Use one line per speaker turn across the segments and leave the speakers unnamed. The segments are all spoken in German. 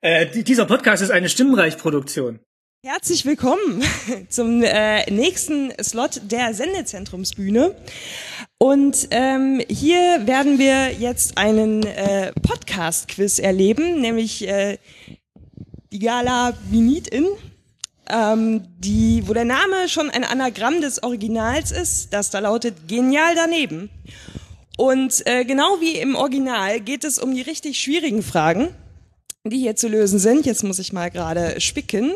Äh, die, dieser Podcast ist eine Stimmreich-Produktion.
Herzlich willkommen zum äh, nächsten Slot der Sendezentrumsbühne. Und ähm, hier werden wir jetzt einen äh, Podcast-Quiz erleben, nämlich äh, die Gala Minit In, ähm, die, wo der Name schon ein Anagramm des Originals ist, das da lautet Genial daneben. Und äh, genau wie im Original geht es um die richtig schwierigen Fragen, die hier zu lösen sind. Jetzt muss ich mal gerade spicken.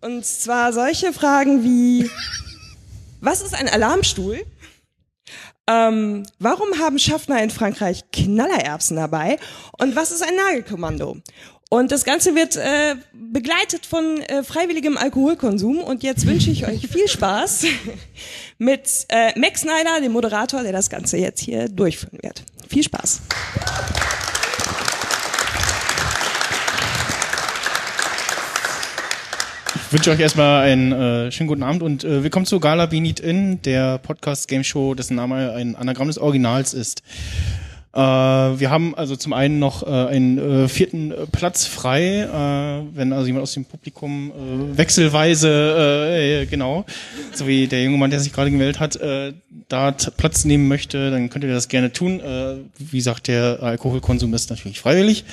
Und zwar solche Fragen wie, was ist ein Alarmstuhl? Ähm, warum haben Schaffner in Frankreich Knallererbsen dabei? Und was ist ein Nagelkommando? Und das Ganze wird äh, begleitet von äh, freiwilligem Alkoholkonsum. Und jetzt wünsche ich euch viel Spaß mit äh, Max Snyder, dem Moderator, der das Ganze jetzt hier durchführen wird. Viel Spaß.
Ich wünsche euch erstmal einen äh, schönen guten Abend und äh, willkommen zu Gala Benit In, der Podcast-Game-Show, dessen Name ein Anagramm des Originals ist. Äh, wir haben also zum einen noch äh, einen äh, vierten äh, Platz frei, äh, wenn also jemand aus dem Publikum äh, wechselweise, äh, äh, genau, so wie der junge Mann, der sich gerade gemeldet hat, äh, da t- Platz nehmen möchte, dann könnt ihr das gerne tun. Äh, wie gesagt, der Alkoholkonsum ist natürlich freiwillig.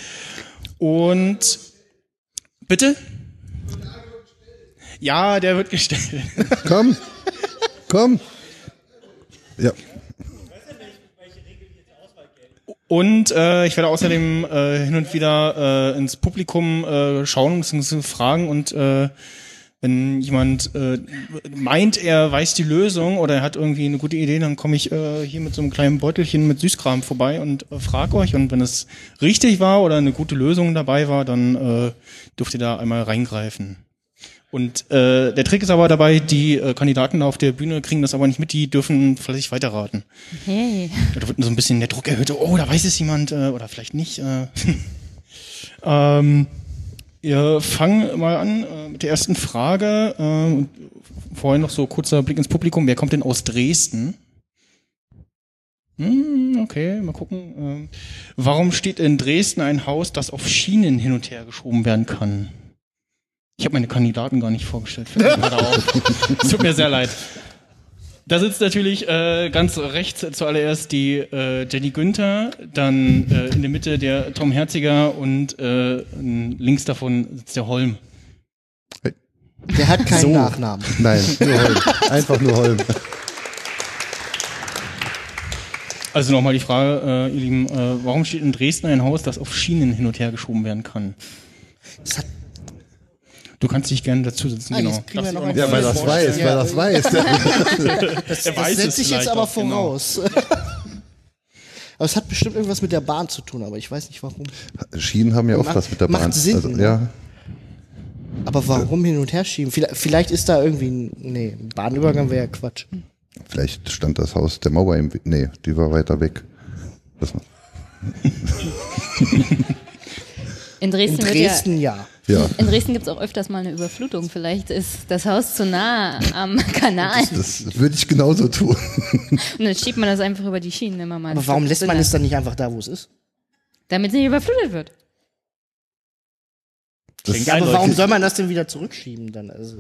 Und bitte? Ja, der wird gestellt.
Komm, komm. Ja,
Und äh, ich werde außerdem äh, hin und wieder äh, ins Publikum äh, schauen bzw. fragen und äh, wenn jemand äh, meint, er weiß die Lösung oder er hat irgendwie eine gute Idee, dann komme ich äh, hier mit so einem kleinen Beutelchen mit Süßkram vorbei und äh, frage euch. Und wenn es richtig war oder eine gute Lösung dabei war, dann äh, dürft ihr da einmal reingreifen. Und äh, der Trick ist aber dabei, die äh, Kandidaten da auf der Bühne kriegen das aber nicht mit, die dürfen fleißig weiterraten.
Hey.
Da wird so ein bisschen der Druck erhöht. Oh, da weiß es jemand äh, oder vielleicht nicht. Äh. ähm, wir fangen mal an äh, mit der ersten Frage. Ähm, vorhin noch so kurzer Blick ins Publikum. Wer kommt denn aus Dresden? Hm, okay, mal gucken. Ähm, warum steht in Dresden ein Haus, das auf Schienen hin und her geschoben werden kann? Ich habe meine Kandidaten gar nicht vorgestellt. Fällt mir gerade auf. Es tut mir sehr leid. Da sitzt natürlich äh, ganz rechts zuallererst die äh, Jenny Günther, dann äh, in der Mitte der Tom Herziger und äh, n- links davon sitzt der Holm.
Der hat keinen Nachnamen.
nein, nur Holm. Einfach nur Holm.
Also nochmal die Frage, äh, ihr Lieben, äh, warum steht in Dresden ein Haus, das auf Schienen hin und her geschoben werden kann?
Das hat,
Du kannst dich gerne dazusetzen,
Ah, jetzt
genau.
kriegen wir
Darfst
noch
dich
mal-
auch
Ja, weil das weiß, weil das weiß.
das
Er weiß es
das setze ich jetzt
vielleicht
aber
auch, genau.
voraus. aber es hat bestimmt irgendwas mit der Bahn zu tun, aber ich weiß nicht warum.
Schienen haben ja oft
Macht-
was mit der
macht
Bahn.
Sinn,
also,
ne?
ja.
Aber warum hin und her schieben? Vielleicht, vielleicht ist da irgendwie ein. Nee, ein Bahnübergang wäre ja Quatsch.
Vielleicht stand das Haus der Mauer im Weg. Nee, die war weiter weg. Das war,
In
In
Dresden, wird
Dresden ja.
ja,
ja. In Dresden gibt's auch öfters mal eine Überflutung. Vielleicht ist das Haus zu nah am Kanal.
das würde ich genauso tun.
Und dann schiebt man das einfach über die Schienen immer mal.
Aber warum lässt man es dann nicht einfach da, wo es ist?
Damit es nicht überflutet wird.
Das
Klingt
Ja, aber
Eindeutig.
warum soll man das denn wieder zurückschieben dann? Also,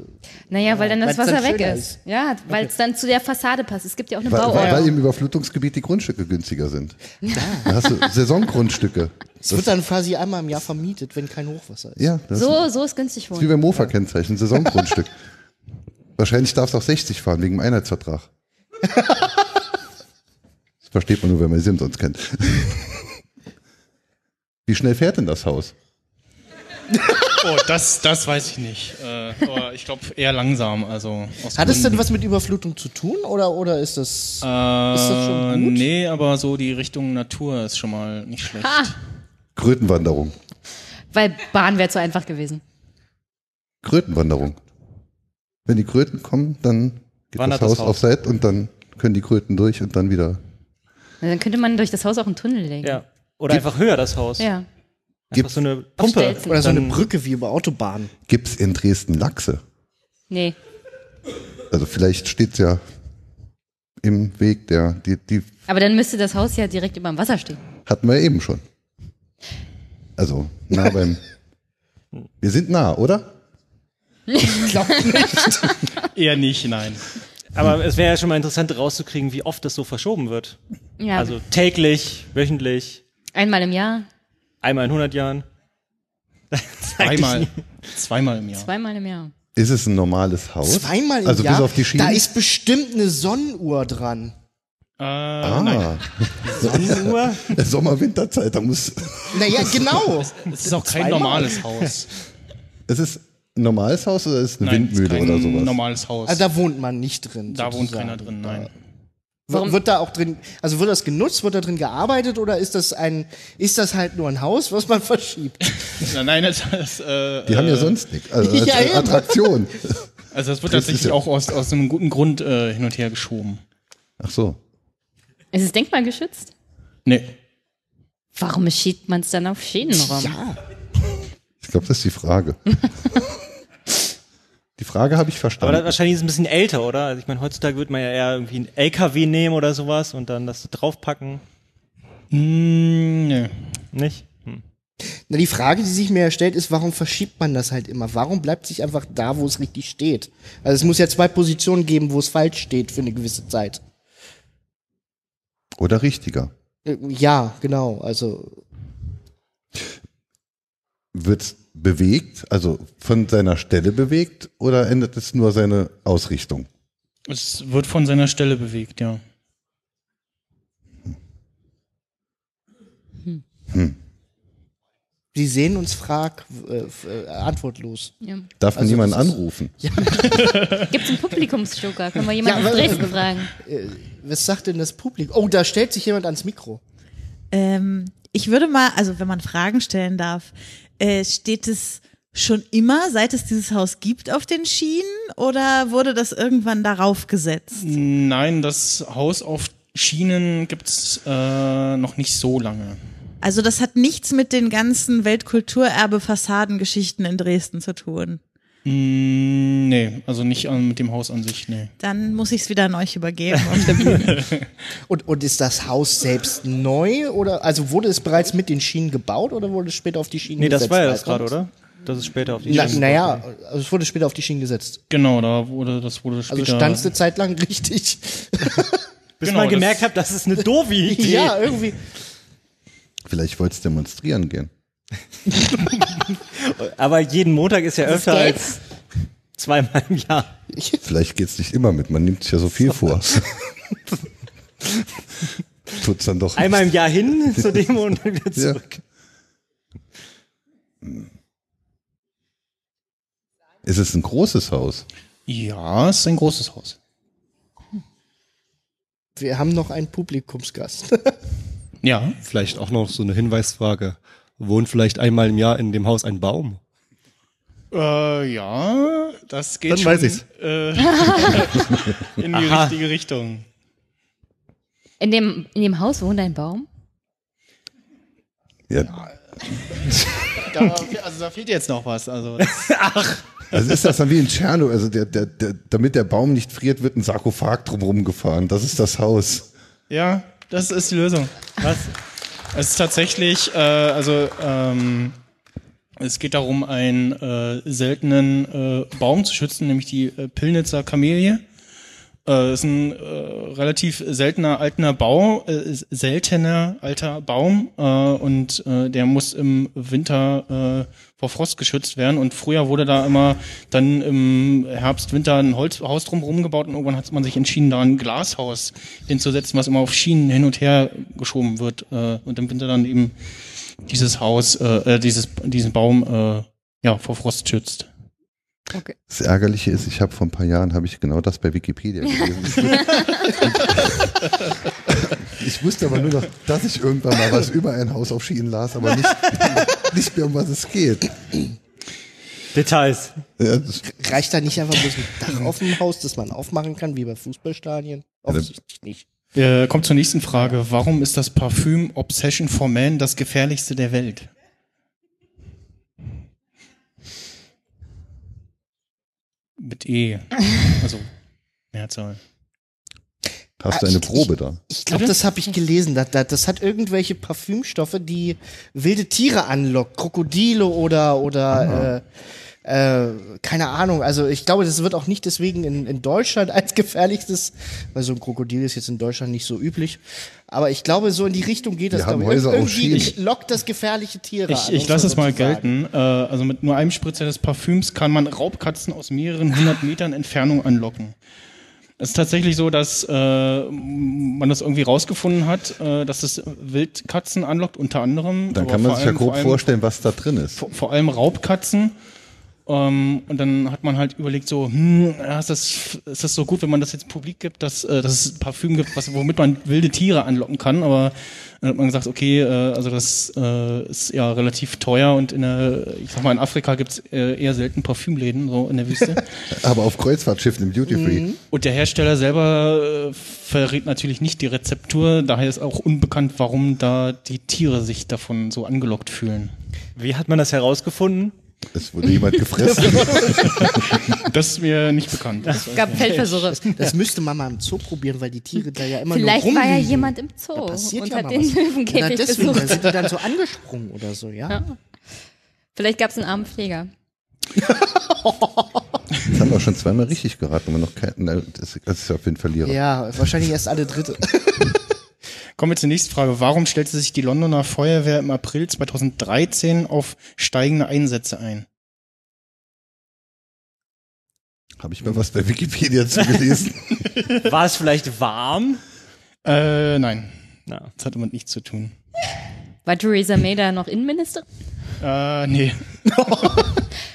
Naja, weil dann
weil's
das
dann
Wasser weg
schöner
ist. Ja, weil es dann zu der Fassade passt. Es gibt ja auch eine
weil, weil, weil
Bauordnung.
im Überflutungsgebiet die Grundstücke günstiger sind. Da hast du Saisongrundstücke.
es wird dann quasi einmal im Jahr vermietet, wenn kein Hochwasser ist.
Ja, das ist
So, so ist günstig
wie
wohnen.
beim Mofa-Kennzeichen, Saisongrundstück. Wahrscheinlich darfst du auch 60 fahren wegen dem Einheitsvertrag. Das versteht man nur, wenn man Simpsons kennt. Wie schnell fährt denn das Haus?
Oh, das, das weiß ich nicht. Äh, aber ich glaube eher langsam. Also aus
Hat es
Gründen.
denn was mit Überflutung zu tun oder, oder ist das.
Äh,
Ist das schon gut?
Nee, aber so die Richtung Natur ist schon mal nicht schlecht.
Ah,
Krötenwanderung.
weil Bahn wäre zu einfach gewesen.
Krötenwanderung. Wenn die Kröten kommen, dann geht
Wandert
das Haus
das Haus.
auf Seite und dann können die Kröten durch und dann wieder.
Na, Dann könnte man durch das Haus auch einen Tunnel legen.
Ja. Oder einfach höher das Haus.
ja.
Einfach so eine
Auf
Pumpe.
Stelzen.
Oder so eine
Dann-
Brücke wie über Autobahnen.
Gibt's in Dresden Lachse?
Nee.
Also vielleicht steht's ja im Weg der, die, die
Aber dann müsste das Haus ja direkt über dem Wasser stehen.
hatten wir eben schon. Also nah beim Wir sind nah, oder?
Eher nicht, nein.
Aber es wäre ja schon mal interessant rauszukriegen, wie oft das so verschoben wird.
Ja,
Also täglich, wöchentlich,
einmal im Jahr,
einmal in 100 Jahren.
Zweimal. Zweimal im Jahr.
zweimal im Jahr.
Ist es ein normales Haus?
Zweimal im
also
Jahr.
bis auf die Schienen.
da ist bestimmt eine Sonnenuhr dran.
Äh,
ah.
nein.
Nur
Sommer-Winterzeit, da muss.
Naja, genau.
Es ist auch kein
Zweimal?
normales Haus.
Es ist ein normales Haus oder ist es eine
Nein, es ist
Windmühle
kein
oder sowas?
normales Haus.
Also da wohnt man nicht drin.
da wohnt
sozusagen.
keiner drin, ne? nein.
Wird, wird da auch drin, also wird das genutzt, wird da drin gearbeitet oder ist das ein, ist das halt nur ein Haus, was man verschiebt?
Nein, nein, das, das, äh,
Die haben ja
äh,
sonst nichts. Also
Ja,
als
eben.
Attraktion.
Also das wird
Das ist
tatsächlich
ja-
auch aus, aus einem guten Grund äh, hin und her geschoben.
Ach so.
Ist es denkmalgeschützt?
Nee.
Warum schiebt man es dann auf Schädenraum?
Ich glaube, das ist die Frage. die Frage habe ich
Aber das
verstanden.
wahrscheinlich ist es ein bisschen älter, oder? Also ich meine, heutzutage würde man ja eher irgendwie einen LKW nehmen oder sowas und dann das draufpacken,
Mm, nee.
nicht? Hm.
Na, die Frage, die sich mir ja stellt, ist, warum verschiebt man das halt immer? Warum bleibt es nicht einfach da, wo es richtig steht? Also es muss ja zwei Positionen geben, wo es falsch steht für eine gewisse Zeit.
Oder richtiger.
Äh, Ja, genau. Also
Wird es bewegt, also von seiner Stelle bewegt oder ändert es nur seine Ausrichtung?
Es wird von seiner Stelle bewegt, ja.
Sie sehen uns frag äh, f- äh, antwortlos.
Ja.
Darf man
Also
jemanden
das ist-
anrufen?
Gibt es einen Publikumsjoker? Können wir jemanden
Ja,
aus
aber-
Dresden fragen?
Was sagt denn das Publikum? Oh, da stellt sich jemand ans Mikro.
Ähm, ich würde mal, also wenn man Fragen stellen darf, äh, steht es schon immer, seit es dieses Haus gibt, auf den Schienen oder wurde das irgendwann darauf gesetzt?
Nein, das Haus auf Schienen gibt's äh, noch nicht so lange.
Also das hat nichts mit den ganzen Weltkulturerbe-Fassadengeschichten in Dresden zu tun.
Mm, nee, also nicht an, mit dem Haus an sich, nee.
Dann muss ich es wieder an euch übergeben.
Und, und ist das Haus selbst neu oder also wurde es bereits mit den Schienen gebaut oder wurde es später auf die Schienen
Nee, das
gesetzt?
war ja das gerade,
Also-
oder? Das ist später auf die
Na,
Schiene.
naja, also es wurde später auf die Schienen gesetzt.
Genau, da wurde, das wurde
Also
später...
stand es eine Zeit lang richtig.
Bis
Genau,
man
das-
gemerkt hat, das ist eine doofe Idee.
ja, irgendwie.
Vielleicht wollt's demonstrieren gehen.
Aber jeden Montag ist ja
Das
öfter
Geld?
als zweimal im Jahr.
Vielleicht geht's nicht immer mit, man nimmt sich ja so viel vor. Tut's dann doch.
Einmal im Jahr hin zur Demo und dann wieder
Ja.
zurück.
Es ist ein großes Haus.
Ja, es ist ein großes Haus.
Wir haben noch einen Publikumsgast.
Ja.
Vielleicht auch noch so eine Hinweisfrage. Wohnt vielleicht einmal im Jahr in dem Haus ein Baum?
Äh, ja, das geht
Dann
schon
weiß ich's.
Äh, in die richtige Richtung.
In dem, in dem Haus wohnt ein Baum?
Ja.
Da, also da fehlt jetzt noch was. Also das,
Also ist das dann wie in Tschernow. Also der, der, der, damit der Baum nicht friert, wird ein Sarkophag drumherum gefahren. Das ist das Haus.
ja, das ist die Lösung. Was? Es ist tatsächlich, äh, also ähm, es geht darum, einen äh, seltenen äh, Baum zu schützen, nämlich die äh, Pillnitzer Kamelie. Äh, ist ein äh, relativ seltener alter Baum, äh, ist seltener alter Baum äh, und äh, der muss im Winter äh, vor Frost geschützt werden. Und früher wurde da immer dann im Herbst, Winter ein Holzhaus drumherum gebaut und irgendwann hat man sich entschieden, da ein Glashaus hinzusetzen, was immer auf Schienen hin und her geschoben wird äh, und im Winter dann eben dieses Haus, äh, äh, dieses, diesen Baum äh, ja, vor Frost schützt.
Das Ärgerliche ist, ich habe vor ein paar Jahren habe ich genau das bei Wikipedia gelesen. Ich wus- Ich wusste aber nur noch, dass ich irgendwann mal was über ein Haus auf Schienen las, aber nicht, nicht mehr um was es geht.
Details.
Ja, das,
Reicht da nicht einfach bloß ein Dach auf dem Haus, das man aufmachen kann, wie bei Fußballstadien?
Also
Offensichtlich nicht.
Äh, kommt zur nächsten Frage. Warum ist das Parfüm Obsession for Man das gefährlichste der Welt? Mit E. Also, Mehrzahl.
Hast du eine Probe da?
Ich glaube, das habe
Hm.
ich gelesen. Das, das, das hat irgendwelche Parfümstoffe, die wilde Tiere anlockt. Krokodile oder, oder äh, äh, keine Ahnung. Also ich glaube, das wird auch nicht deswegen in, in Deutschland als gefährlichstes, weil so ein Krokodil ist jetzt in Deutschland nicht so üblich. Aber ich glaube, so in die Richtung geht das.
haben
glaube ich.
Häuser auch
Irgendwie
Schienen.
lockt das gefährliche Tiere
Ich,
an,
ich
um
lasse es mal
sozusagen.
gelten. Äh, also mit nur einem Spritzer des Parfüms kann man Raubkatzen aus mehreren hundert Metern Entfernung anlocken. Es ist tatsächlich so, dass äh, man das irgendwie rausgefunden hat, äh, dass es Wildkatzen anlockt, unter anderem.
Dann
aber
kann man
vor
sich ja
allem- vor
grob
allem-
vorstellen, was da drin ist.
vor, vor allem Raubkatzen. Ähm, und dann hat man halt überlegt, so, hm, ja, ist, das, ist das so gut, wenn man das jetzt publik gibt, dass, äh, dass es Parfüm gibt, was, womit man wilde Tiere anlocken kann. Aber dann hat man gesagt, okay, äh, also das äh, ist ja relativ teuer und in der, ich sag mal, in Afrika gibt's äh, eher selten Parfümläden, so in der Wüste.
Aber auf Kreuzfahrtschiffen im Duty Free.
Und der Hersteller selber äh, verrät natürlich nicht die Rezeptur, daher ist auch unbekannt, warum da die Tiere sich davon so angelockt fühlen.
Wie hat man das herausgefunden?
Es wurde jemand gefressen.
Das ist mir nicht bekannt. Das
Es gab Feldversuche.
Das müsste man mal im Zoo probieren, weil die Tiere da ja immer
Vielleicht
nur
war ja
rumliegen.
jemand im Zoo
Da passiert
und
ja
hat
mal
den
was. Na,
Löwenkäfig
deswegen, da
gesucht.
sind die dann so angesprungen oder so, ja?
Ja. Vielleicht gab es einen armen Pfleger.
Das haben wir auch schon zweimal richtig geraten, aber noch kein, na, das, ist- das ist ja für den Verlierer.
Ja, wahrscheinlich erst alle dritte.
Kommen wir zur nächsten Frage. Warum stellte sich die Londoner Feuerwehr im April 2013 auf steigende Einsätze ein?
Habe ich mal was bei Wikipedia zugelesen?
War es vielleicht warm?
Äh, nein.
Na.
Das hat damit nichts zu tun.
War Theresa May da noch Innenministerin?
Äh, nee.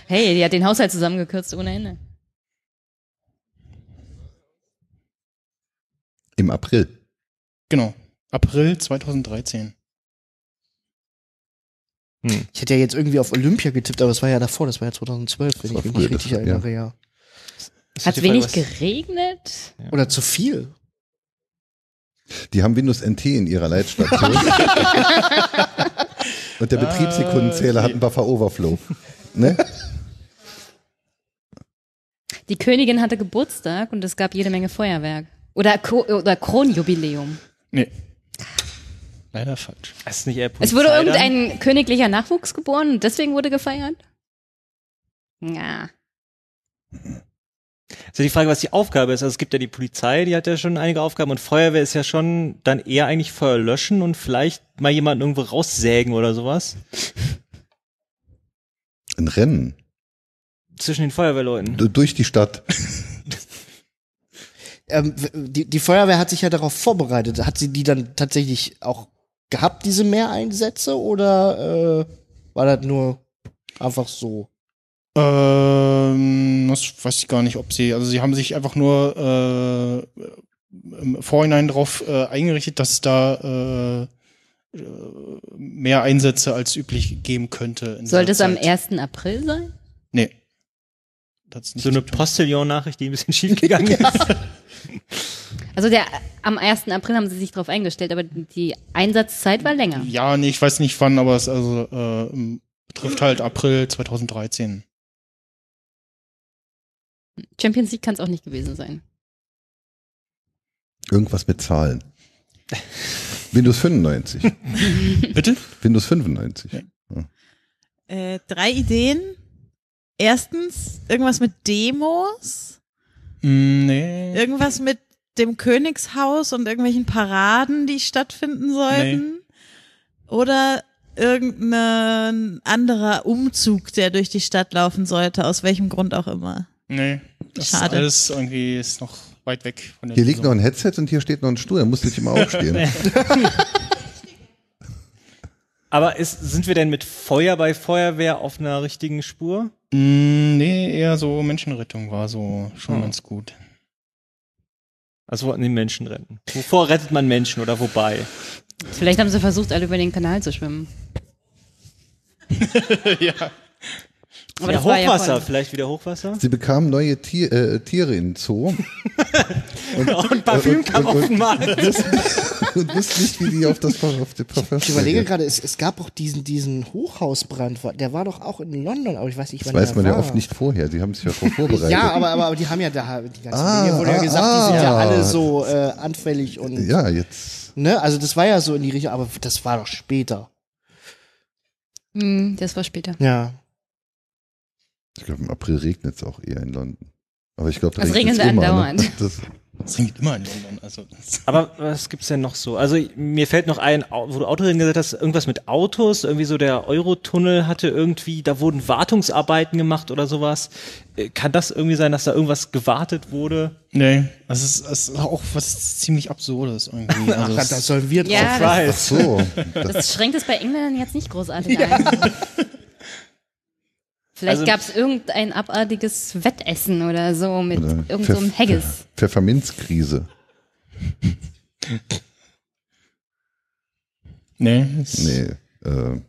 Hey, die hat den Haushalt zusammengekürzt ohne Ende.
Im April.
Genau. April 2013.
Ich hätte ja jetzt irgendwie auf Olympia getippt, aber das war ja davor, das war ja 2012, wenn
war
ich mich
früher,
nicht richtig
das- ja.
erinnere, ja.
Ist
Hat
die Frage,
wenig
was-
geregnet?
Oder zu viel.
Die haben Windows NT in ihrer Leitstation. Und der
Ah,
Betriebssekundenzähler hat einen Buffer Overflow. Ne?
Die Königin hatte Geburtstag und es gab jede Menge Feuerwerk. Oder, Ko oder Kronjubiläum.
Nee. Leider falsch.
Ist nicht eher
Es wurde
Polizei dann?
irgendein königlicher Nachwuchs geboren und deswegen wurde gefeiert? Ja.
Ist ja die Frage, was die Aufgabe ist. Also es gibt ja die Polizei, die hat ja schon einige Aufgaben und Feuerwehr ist ja schon dann eher eigentlich Feuer löschen und vielleicht mal jemanden irgendwo raussägen oder sowas.
Ein Rennen.
Zwischen den Feuerwehrleuten.
Du- Durch die Stadt.
Ähm, w- die, die Feuerwehr hat sich ja darauf vorbereitet. Hat sie die dann tatsächlich auch gehabt, diese Mehreinsätze? Oder äh, war das nur einfach so?
Ähm, das weiß ich gar nicht, ob sie. Also sie haben sich einfach nur äh, im Vorhinein darauf äh, eingerichtet, dass es da äh, äh, mehr Einsätze als üblich geben könnte. in
Sollte es
dieser
am
Zeit.
1. April sein?
Nee. Das ist
So eine Postillon-Nachricht, die ein bisschen schief gegangen ist.
Also der, am 1. April haben sie sich darauf eingestellt, aber die Einsatzzeit war länger.
Ja, nee, ich weiß nicht wann, aber es also äh, ähm, betrifft halt April 2013.
Champions League kann es auch nicht gewesen sein.
Irgendwas mit Zahlen. Windows 95.
Bitte?
Windows 95.
Äh, drei Ideen. Erstens, irgendwas mit Demos,
Mm, nee.
irgendwas mit dem Königshaus und irgendwelchen Paraden, die stattfinden sollten. Oder irgendein anderer Umzug, der durch die Stadt laufen sollte, aus welchem Grund auch immer.
Nee. Das
Schade.
ist alles irgendwie ist noch weit weg von der
Hier liegt noch
Lösung.
ein Headset und hier steht noch ein Stuhl. Da musst du dich immer aufstehen.
Aber ist, sind wir denn mit Feuer bei Feuerwehr auf einer richtigen Spur?
Mm, nee, eher so Menschenrettung war so schon ganz gut.
Also wollten die Menschen retten. Wovor rettet man Menschen oder wobei?
Vielleicht haben sie versucht, alle über den Kanal zu schwimmen. Aber
Ja,
das war ja
Hochwasser,
voll-
vielleicht wieder Hochwasser.
Sie bekamen neue Tier, äh, Tiere in den Zoo
Und Parfüm
und-
kam
und-
auf den Markt.
und wussten nicht, wie die auf das auf die Parfum
Ich überlege gerade, es, es gab auch diesen, diesen Hochhausbrand, der war doch auch in London, aber ich weiß nicht,
Das
wann
weiß
der
man ja
war.
oft nicht vorher. Sie haben sich ja schon vorbereitet.
Ja, aber, aber, aber die haben ja da, die ganzen
Ah,
Medien wurde ja
ah,
gesagt, die sind ja
ah.
alle so äh, anfällig und,
Ja, jetzt.
ne, also das war ja so in die Richtung, aber das war doch später.
Hm, das war später.
Ja.
Ich glaube, im April regnet es auch eher in London. Aber ich glaube, da
Es
regnet's
regnet
immer, Ne?
andauernd.
Das,
Das ringt immer in London. Also,
Aber was gibt's denn noch so? Also mir fällt noch ein, Au- wo du Autorennen gesagt hast, irgendwas mit Autos, irgendwie so der Eurotunnel hatte irgendwie, da wurden Wartungsarbeiten gemacht oder sowas. Äh, Kann das irgendwie sein, dass da irgendwas gewartet wurde?
nee, das ist, das ist auch was ziemlich Absurdes irgendwie.
Ach,
Also,
da, da sollen wir drauf.
Ja,
ach
das,
Weiß.
so.
das schränkt es bei Engländern jetzt nicht großartig ein. Vielleicht
Also-
gab's irgendein abartiges Wettessen oder so mit
Oder
irgendeinem
Pfeff-
Haggis.
Pfefferminzkrise.
nee, das-
Nee. Äh,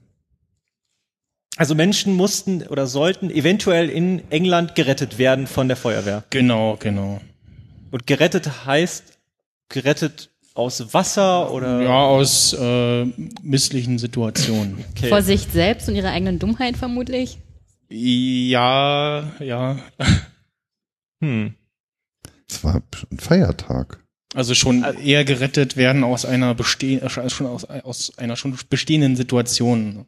Also Menschen mussten oder sollten eventuell in England gerettet werden von der Feuerwehr.
Genau, genau.
Und gerettet heißt gerettet aus Wasser oder
Ja, aus äh, misslichen Situationen.
okay.
Vor sich selbst und ihrer eigenen Dummheit vermutlich.
Ja, ja.
Hm.
es war ein Feiertag.
Also schon eher gerettet werden aus einer besteh äh, schon aus, aus einer schon bestehenden Situation.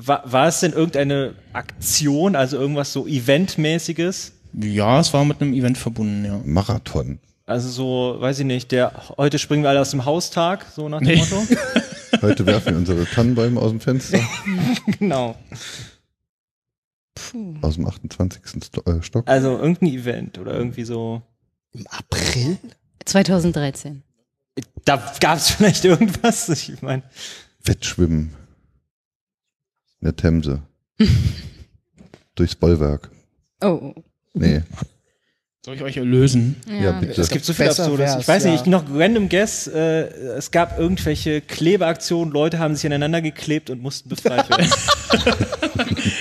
War, war es denn irgendeine Aktion, also irgendwas so eventmäßiges?
Ja, es war mit einem Event verbunden, ja.
Marathon.
Also so, weiß ich nicht, der heute springen wir alle aus dem Haustag, so nach dem
Nee.
Motto.
Heute werfen wir unsere Tannenbäume aus dem Fenster.
genau.
Aus dem 28. Sto- äh, Stock.
Also irgendein Event oder irgendwie so.
Im April?
2013.
Da gab es vielleicht irgendwas. Ich meine,
Wettschwimmen. In der Themse. Durchs Bollwerk.
Oh. oh.
Nee.
Soll ich euch erlösen?
Mhm.
Ja,
Ja.
bitte.
es gibt so viel
Besser
Absurdes.
wär's,
Ich weiß nicht,
ja.
ich noch random guess. Äh, es gab irgendwelche Klebeaktionen, Leute haben sich aneinander geklebt und mussten befreit werden.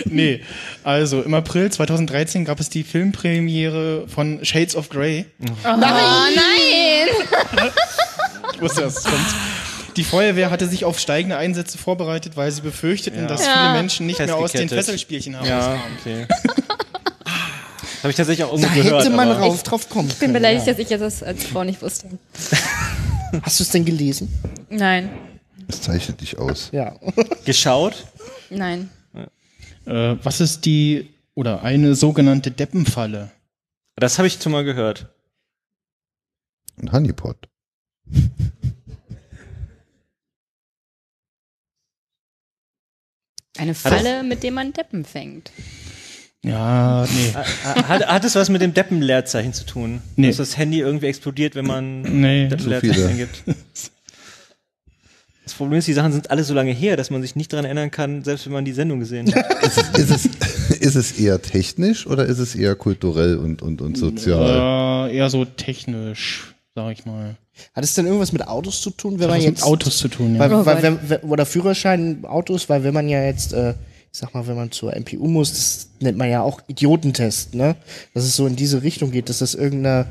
Nee, also im April 2013 gab es die Filmpremiere von Shades of Grey.
Oh nein!
Ich wusste, dass es kommt. Die Feuerwehr hatte sich auf steigende Einsätze vorbereitet, weil sie befürchteten, dass viele Menschen nicht mehr aus den
Festgekettet.
Fesselspielchen haben.
ja, okay. Habe ich tatsächlich auch irgendwo
Da
gehört.
hätte man
aber-
rauf drauf kommen
Ich bin
können,
beleidigt, dass ich jetzt das als Frau nicht wusste.
ja. Hast du es denn gelesen?
Nein.
Es zeichnet dich aus.
Ja.
geschaut.
Nein.
Äh, was ist die oder eine sogenannte Deppenfalle?
Das habe ich schon mal gehört.
Ein Honeypot.
Eine Falle, mit der man Deppen fängt.
Ja,
Äh,
nee.
Hat, hat es was mit dem Deppen-Leerzeichen zu tun?
Nee.
Dass das Handy irgendwie explodiert, wenn man
Nee.
Deppen-Leerzeichen
viele.
eingibt? Das Problem ist, die Sachen sind alle so lange her, dass man sich nicht daran erinnern kann, selbst wenn man die Sendung gesehen hat.
Ist es, ist es eher technisch oder ist es eher kulturell und, und, und sozial?
Äh, eher so technisch, sag ich mal.
Hat es denn irgendwas mit Autos zu tun, wenn
Hat
man
was
jetzt.
mit Autos zu tun, ja.
Weil,
Oh
weil,
Gott.
wenn, wenn, oder Führerschein, Autos, weil wenn man ja jetzt, äh, ich sag mal, wenn man zur MPU muss, das nennt man ja auch Idiotentest, ne? Dass es so in diese Richtung geht, dass das irgendeine,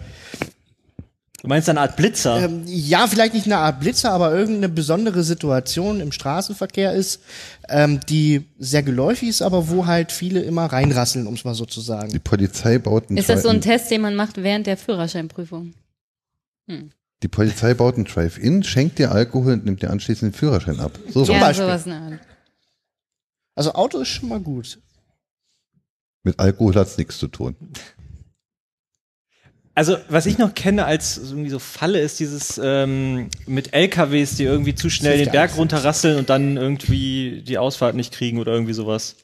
Du meinst eine Art Blitzer?
ähm, ja, vielleicht nicht eine Art Blitzer, aber irgendeine besondere Situation im Straßenverkehr ist, ähm, die sehr geläufig ist, aber wo halt viele immer reinrasseln, um es mal so zu
Die
sagen.
Polizei baut einen
Ist das so ein
Drive-
Test, den man macht während der Führerscheinprüfung?
Die Polizei baut einen Drive-In, schenkt dir Alkohol und nimmt dir anschließend den Führerschein ab. So
ja,
was.
Beispiel.
sowas in der Art.
Also Auto ist schon mal gut.
Mit Alkohol hat's nichts zu tun.
Also, was ich noch kenne als irgendwie so Falle ist dieses ähm, mit LKWs, die irgendwie zu schnell
hilft
den
ja
Berg
alles.
runterrasseln und dann irgendwie die Ausfahrt nicht kriegen oder irgendwie sowas.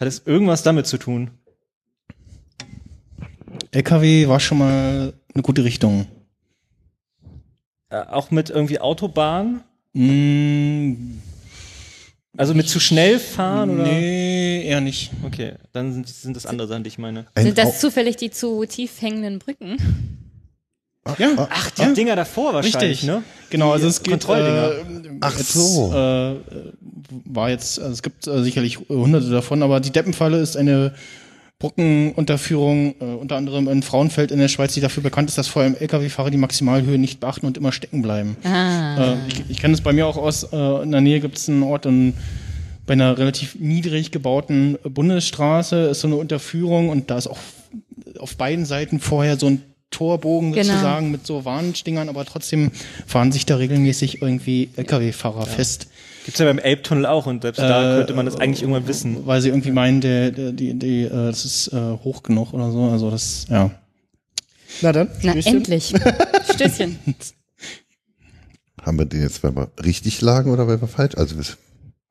Hat es irgendwas damit zu tun?
LKW war schon mal eine gute Richtung.
Äh, auch mit irgendwie Autobahn?
Mm,
Also mit zu schnell fahren oder?
nee, eher nicht.
Okay, dann sind, sind das andere Sachen, die ich meine.
Ein
Sind
Au-
das zufällig die zu tief hängenden Brücken?
Ja.
Ach, die Dinger davor wahrscheinlich,
Richtig,
ne?
Genau, also es geht.
Kontrolldinger.
äh,
Ach
jetzt,
so.
Äh, war jetzt, also es gibt äh, sicherlich hunderte davon, aber die Deppenfalle ist eine Brückenunterführung, äh, unter anderem in Frauenfeld in der Schweiz, die dafür bekannt ist, dass vor allem Lkw-Fahrer die Maximalhöhe nicht beachten und immer stecken bleiben. Äh, ich ich kenne es bei mir auch aus, äh, in der Nähe gibt es einen Ort in bei einer relativ niedrig gebauten Bundesstraße ist so eine Unterführung und da ist auch auf beiden Seiten vorher so ein Torbogen
Genau.
sozusagen mit so Warnstingern, aber trotzdem fahren sich da regelmäßig irgendwie LKW-Fahrer fest,
Gibt's ja beim Elbtunnel auch und selbst da
Äh,
könnte man das eigentlich irgendwann wissen.
weil sie irgendwie meinen, der, der, die, die, äh, das ist äh, hoch genug oder so. Also das, ja.
Na dann.
Na,
Stößchen.
endlich. Stößchen.
Haben wir den jetzt, weil wir richtig lagen oder weil wir falsch? Also wir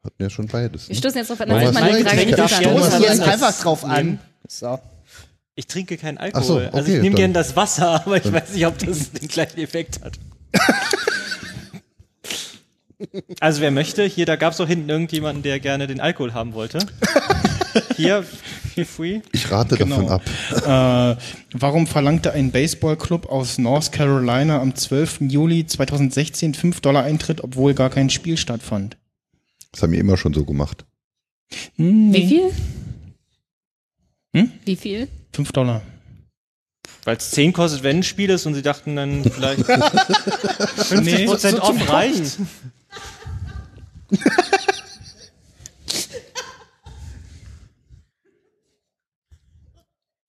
hatten ja schon beides.
Wir
Ne?
stoßen jetzt drauf an,
Thomas
dass man die
Leitgeb
Frage nicht
Da
verstanden
Thomas
stoßen
hat.
wir jetzt
Leitgeb.
einfach drauf
Mhm.
an. So.
Ich trinke keinen
Ach
Alkohol.
so,
also ich
okay,
nehme
dann-
gern das Wasser, aber ich weiß nicht, ob das den gleichen Effekt hat. also wer möchte, hier, da gab's doch hinten irgendjemanden, der gerne den Alkohol haben wollte. hier, feel free.
Ich rate
Genau.
davon ab.
Äh, warum verlangte ein Baseballclub aus North Carolina am 12. Juli 2016 5 Dollar Eintritt, obwohl gar kein Spiel stattfand?
Das haben wir immer schon so gemacht.
Wie viel?
Hm?
Wie viel?
5 Dollar.
Weil es 10 kostet, wenn ein Spiel ist und sie dachten dann vielleicht 50% off reicht.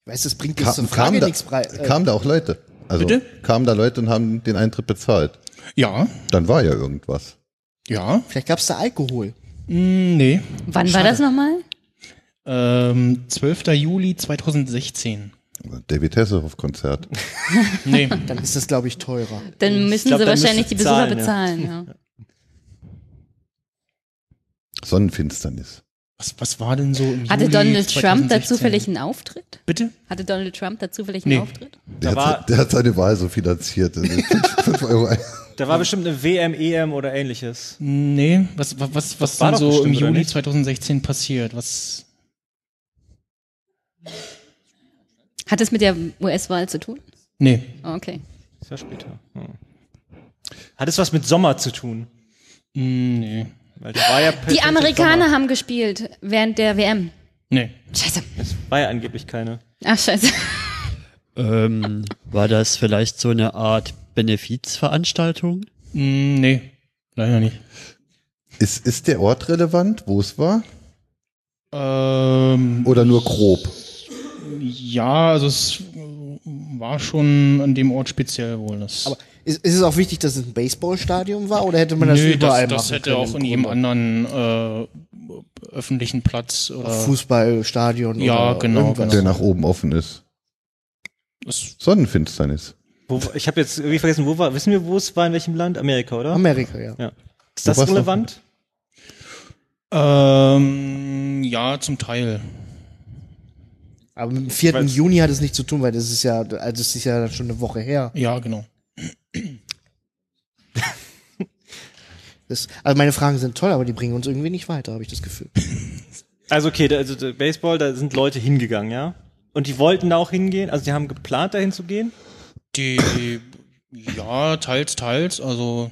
Ich weiß, das bringt
Ka
jetzt zur
kam,
Frage
da,
nichts brei. Äh,
kam da auch Leute? Also
Bitte?
kamen da Leute und haben den Eintritt bezahlt.
Ja,
Dann war ja irgendwas.
ja,
vielleicht gab's da Alkohol.
mm, nee.
Wann war das nochmal?
Ähm, 12. Juli 2016.
David Hasselhoff-Konzert.
Nee.
Dann ist das, glaube ich, teurer.
Dann müssen
glaub,
sie
dann
wahrscheinlich
müssen
die
sie
Besucher
zahlen,
bezahlen. Ja.
Sonnenfinsternis.
Was, was war denn so im
Hatte
Juli
Donald Trump da
2016?
zufällig einen Auftritt?
Bitte?
Hatte Donald Trump da zufällig einen
Nee.
Auftritt?
Der
war-
hat, halt der hat seine Wahl so finanziert. Also fünf- fünf Euro ein-
Da war bestimmt eine WM, EM oder ähnliches.
Nee. Was, was, was, was
War
dann
doch
so
bestimmt,
im
oder
Juli
nicht?
2016 passiert? Was?
Hat es mit der US-Wahl zu tun?
Nee.
Mhm.
Oh, okay.
Ist ja später. Hm. Hat es was mit Sommer zu tun?
Mm, Nee.
Weil der war ja
Die
plötzlich
Amerikaner
Sommer.
haben gespielt während der WM.
Nee.
Scheiße.
Es war ja angeblich keine.
Ach, scheiße.
Ähm, war das vielleicht so eine Art Benefizveranstaltung?
Mm, Nee. Leider nicht.
Ist, ist der Ort relevant, wo es war?
Ähm,
Oder nur grob?
ja, also es war schon an dem Ort speziell wohl. Das
Aber ist, ist es auch wichtig, dass es ein Baseballstadion war oder hätte man das
Nö,
überall
das, das
machen
hätte
können
auch
im
in jedem
Grunde?
anderen äh, öffentlichen Platz oder
Fußballstadion
Ja,
oder
genau,
irgendwas.
Der nach oben offen ist.
Es-
Sonnenfinsternis.
Wo, ich habe jetzt irgendwie vergessen, wo war. Wissen wir, wo es war, in welchem Land? Amerika, oder?
Amerika, ja.
ja. Ist
Wo
das
war's noch?
relevant?
Ähm, ja, zum Teil.
Aber mit dem 4.
Weil's-
Juni hat es nichts zu tun, weil das ist ja, also das ist ja dann schon eine Woche her.
Ja, genau.
Das, also meine Fragen sind toll, aber die bringen uns irgendwie nicht weiter, habe ich das Gefühl.
Also okay, da, also der Baseball, da sind Leute hingegangen, ja. Und die wollten da auch hingehen, also die haben geplant, dahin zu gehen.
Die, ja, teils, teils. Also,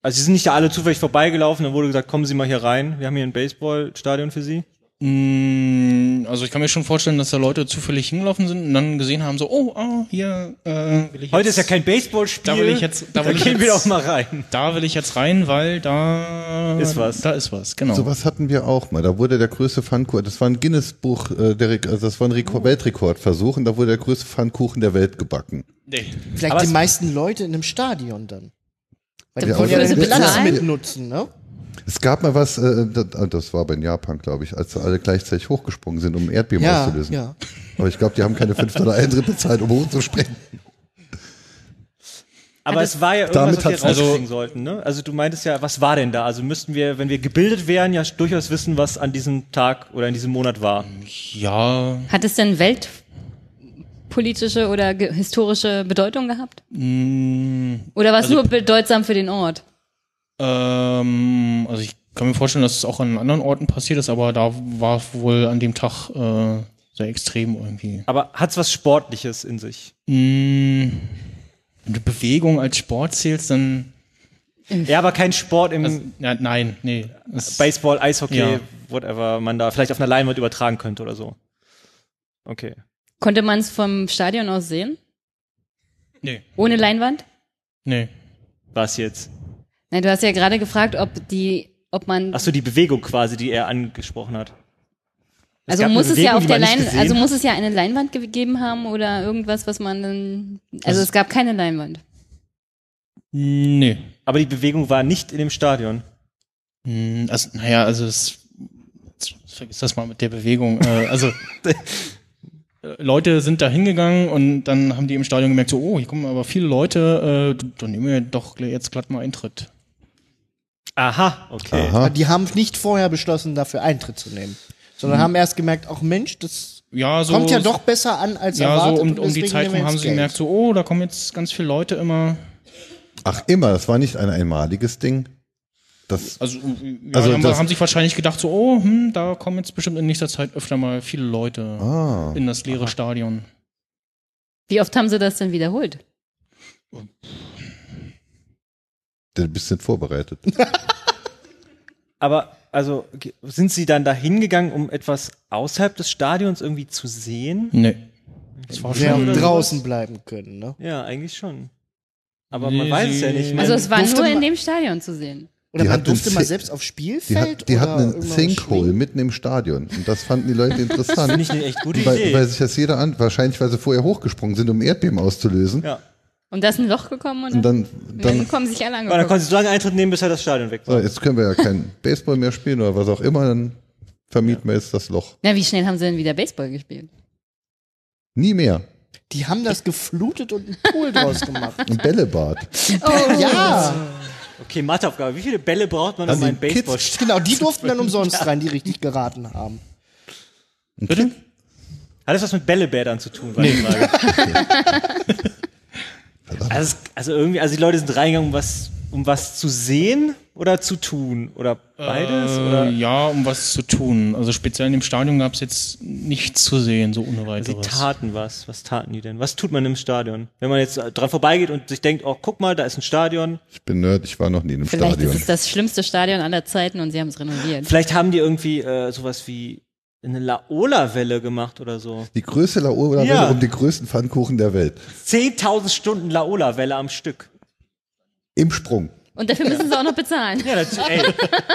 Also sie sind nicht da alle zufällig vorbeigelaufen, dann wurde gesagt, kommen Sie mal hier rein, wir haben hier ein Baseballstadion für Sie.
mh, also ich kann mir schon vorstellen, dass da Leute zufällig hingelaufen sind und dann gesehen haben, so, oh, ah, hier, äh, will ich
Heute ist
jetzt,
ja kein Baseballspiel.
Da will ich jetzt- da will ich
gehen wir
jetzt-
doch mal rein.
Da will ich jetzt rein, weil da
Ist was.
Da ist was, genau.
Sowas hatten wir auch mal. Da wurde der größte Pfannkuchen, das war ein Guinness-Buch, äh, der Rek- also das war ein Rekord, Weltrekordversuch und da wurde der größte Pfannkuchen der Welt gebacken.
Nee.
Vielleicht
Aber
die
es-
meisten Leute in einem Stadion dann. Weil die
Ja,
wollen
aber-
ja den
Dafür so
Platz
bezahlen?
mitnutzen, ne?
Es gab mal was, äh, das, das war bei Japan, glaube ich, als alle gleichzeitig hochgesprungen sind, um ein Erdbeben
Ja,
auszulösen.
ja.
Aber ich glaube, die haben keine 5 Dollar Eintritt bezahlt, um hochzuspringen.
Aber es war ja
Damit
irgendwas, was wir
hat's- also-
rauskriegen sollten, ne? Also du meintest ja, was war denn da? Also müssten wir, wenn wir gebildet wären, ja durchaus wissen, was an diesem Tag oder in diesem Monat war.
Ja,
Hat es denn weltpolitische oder ge- historische Bedeutung gehabt?
Mm.
Oder
Also
war es nur bedeutsam für den Ort?
ähm, also ich kann mir vorstellen, dass es auch an anderen Orten passiert ist, aber da war es wohl an dem Tag äh, sehr extrem irgendwie.
Aber hat's was Sportliches in sich?
Mm, wenn du Bewegung als Sport zählst, dann. also,
Ja, aber kein Sport im.
ja, nein, nee. Das-
Baseball, Eishockey,
Ja.
whatever man da vielleicht auf einer Leinwand übertragen könnte oder so. Okay.
Konnte man es vom Stadion aus sehen?
Nee.
Ohne Leinwand?
Nee.
Was jetzt?
Nein, du hast ja gerade gefragt, ob die, ob man,
Ach so, die Bewegung quasi, die er angesprochen hat. Es
also
gab
muss
eine
es ja
Bewegung,
auf
die
der
man nicht
Leinwand,
gesehen
also
hat.
muss es ja eine Leinwand ge- gegeben haben oder irgendwas, was man dann, also
Also-
es gab keine Leinwand.
Nee.
Aber die Bewegung war nicht in dem Stadion.
Mm, Also, naja, also es. jetzt Vergiss das mal mit der Bewegung. Äh, also. äh, Leute sind da hingegangen und dann haben die im Stadion gemerkt, so, oh, hier kommen aber viele Leute, äh, dann nehmen wir doch jetzt glatt mal Eintritt.
Aha,
Ah.
okay.
Aber Die haben nicht vorher beschlossen, dafür Eintritt zu nehmen, sondern
Hm.
haben erst gemerkt, ach Mensch, das
Ja, so,
kommt ja doch besser an als
Ja,
erwartet.
so um,
und
um die
deswegen
Zeit
nehmen wir
rum haben
jetzt
sie
Geld.
gemerkt, so, oh, da kommen jetzt ganz viele Leute immer.
Ach, immer, das war nicht ein einmaliges Ding. Das,
Also, ja,
Also
haben,
das-
haben sich wahrscheinlich gedacht, so, oh, hm, da kommen jetzt bestimmt in nächster Zeit öfter mal viele Leute
Ah.
in das leere Stadion.
Wie oft haben sie das denn wiederholt?
ein bisschen vorbereitet.
Aber also ge- sind sie dann da hingegangen, um etwas außerhalb des Stadions irgendwie zu sehen?
Nee. Das war
Sie
schon-
haben draußen bleiben können, ne?
Ja, eigentlich schon. Aber
Nee,
man weiß es
sie-
ja nicht. Man
Also es war
durfte
nur
man-
in dem Stadion zu sehen.
Oder
Die
man
hatten
durfte
einen
mal
Thi-
selbst aufs
Die,
Spielfeld
hat, die
oder
hatten einen
irgendwas
Sinkhole
schwingen?
mitten im Stadion. Und das fanden die Leute interessant.
Finde ich eine echt gute
weil,
Idee.
weil sich das jeder an, wahrscheinlich weil sie vorher hochgesprungen sind, um Erdbeben auszulösen.
ja.
Und da ist ein Loch gekommen und,
Und
dann,
dann,
und
dann,
dann kommen sie sich alle
Aber dann
angeguckt.
konnte sie so lange Eintritt nehmen, bis halt das Stadion weg war.
so, jetzt können wir ja kein Baseball mehr spielen oder was auch immer, dann vermieten wir jetzt das Loch.
Na, wie schnell haben sie denn wieder Baseball gespielt?
Nie mehr.
Die haben das geflutet und einen Pool draus gemacht.
Ein Bällebad.
Oh.
Ja,
Okay, Matheaufgabe. Wie viele Bälle braucht man, um
Also
einen
die Kids-
Baseball zu
genau, die durften dann umsonst rein, die richtig geraten haben.
Bitte?
Hat das was mit Bällebädern zu tun, war die Frage. also, es- also irgendwie, also die Leute sind reingegangen, um was, um was zu sehen oder zu tun oder beides
Äh,
oder
Ja, um was zu tun. Also speziell in dem Stadion gab es jetzt nichts zu sehen, so ohne
sie
weiteres.
taten was. Was taten die denn? Was tut man im Stadion? Wenn man jetzt äh, dran vorbeigeht und sich denkt, oh, guck mal, da ist ein Stadion.
Ich bin Nerd, ich war noch nie in einem
Vielleicht ist
Stadion.
es das schlimmste Stadion aller Zeiten und sie haben es renoviert.
Vielleicht haben die irgendwie äh, sowas wie eine Laola-Welle gemacht oder so.
Die größte Laola
Ja.
um den größten Pfannkuchen der Welt.
10.000 Stunden Laola-Welle am Stück.
Im Sprung.
Und dafür müssen sie auch noch bezahlen.
Ja, das, ey,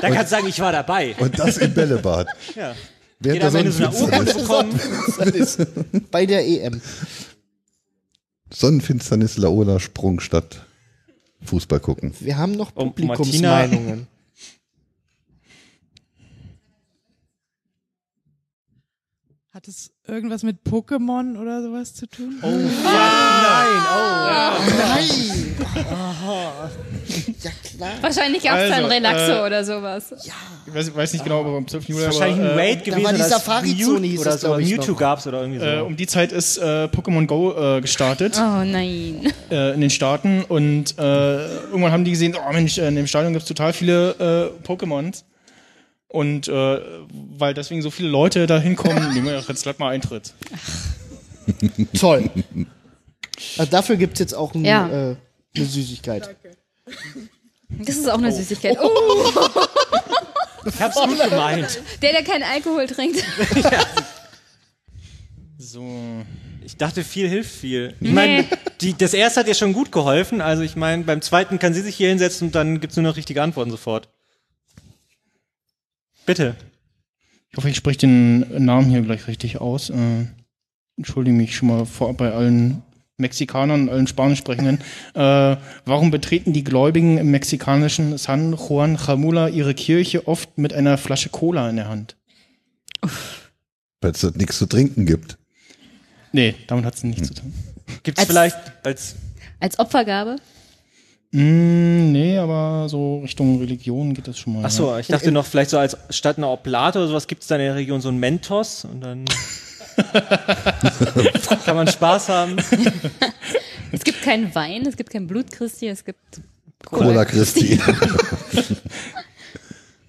da kannst du sagen, ich war dabei.
Und das im Bällebad.
Ja.
Während
Jeder
der
am Ende so eine
Sonnenfinsternis.
Urkunde bekommen.
Bei der E EM.
Sonnenfinsternis, Laola, Sprung statt Fußball gucken.
Wir haben noch
Um
Und
Publikumsmeinungen.
Hat es irgendwas mit Pokémon oder sowas zu tun?
Nein! Ja klar.
Wahrscheinlich gab es da einen
Also,
Relaxo
äh,
oder sowas.
Ich weiß, weiß nicht genau, aber am 12. Juli.
Das ist wahrscheinlich ein
aber, äh,
Raid gewesen.
war die
oder das
Safari-Zone
Mute
hieß
oder
es,
so.
glaub ich,
Mewtwo
noch.
gab's oder irgendwie so.
äh, um die Zeit ist äh, Pokémon Go äh, gestartet
Ah.
Oh nein.
äh, in den Staaten und äh, irgendwann haben die gesehen, oh Mensch, in dem Stadion gibt es total viele äh, Pokémons. Und äh, weil deswegen so viele Leute da hinkommen, nehmen wir doch jetzt glatt mal Eintritt.
Toll. Also dafür gibt's jetzt auch ein,
Ja.
äh, eine Süßigkeit.
Das ist auch eine Süßigkeit. Oh,
ich hab's gut gemeint.
der, der keinen Alkohol trinkt.
So.
Ich dachte, viel hilft viel. Ich meine, die- das erste hat ihr schon gut geholfen. Also ich meine, beim zweiten kann sie sich hier hinsetzen und dann gibt's nur noch richtige Antworten sofort. Bitte.
Ich hoffe, ich spreche den Namen hier gleich richtig aus. Äh, entschuldige mich schon mal vorab bei allen Mexikanern und allen Spanischsprechenden. Äh, warum betreten die Gläubigen im mexikanischen San Juan Jamula ihre Kirche oft mit einer Flasche Cola in der Hand?
Weil es dort nichts zu trinken gibt.
Nee, damit hat es nichts zu tun.
Gibt's
Als-
vielleicht als
Als Opfergabe?
Mm, nee, aber so Richtung Religion geht das schon mal.
Ach so, Mhm. ich dachte noch vielleicht so als statt einer Oblate oder sowas gibt's da in der Region so einen Mentos und dann kann man Spaß haben.
Es gibt keinen Wein, es gibt kein Blut Christi, es gibt
Cola Christi.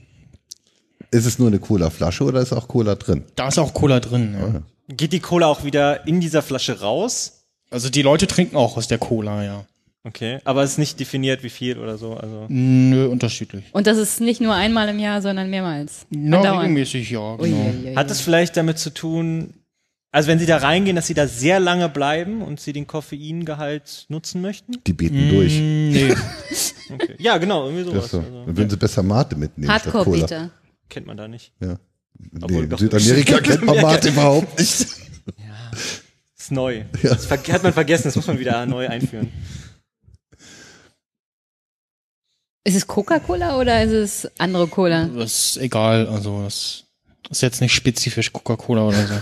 ist es nur eine Cola-Flasche oder ist auch Cola drin?
Da ist auch Cola drin. Ja.
Geht die Cola auch wieder in dieser Flasche raus?
Also die Leute trinken auch aus der Cola, ja.
Okay, aber es ist nicht definiert, wie viel oder so. Also
Nö, unterschiedlich.
Und das ist nicht nur einmal im Jahr, sondern mehrmals.
Na,
Andauernd.
regelmäßig, ja,
Ui,
genau.
ui, ui,
Hat
ui.
es vielleicht damit zu tun, also wenn sie da reingehen, dass sie da sehr lange bleiben und sie den Koffeingehalt nutzen möchten?
Die beten durch.
Nee.
Okay. Ja, genau, irgendwie
Das ist
Mm, sowas.
so.
Also,
Dann würden sie besser Mate mitnehmen. statt
Hardcore
Cola.
bitte.
kennt man da nicht.
Ja. Nee,
Obwohl
in
doch-
Südamerika kennt man Mate überhaupt nicht.
Ist neu. Das ver- hat man vergessen, das muss man wieder neu einführen.
Ist es Coca-Cola oder ist es andere Cola?
Das ist egal, also das ist jetzt nicht spezifisch Coca-Cola oder so.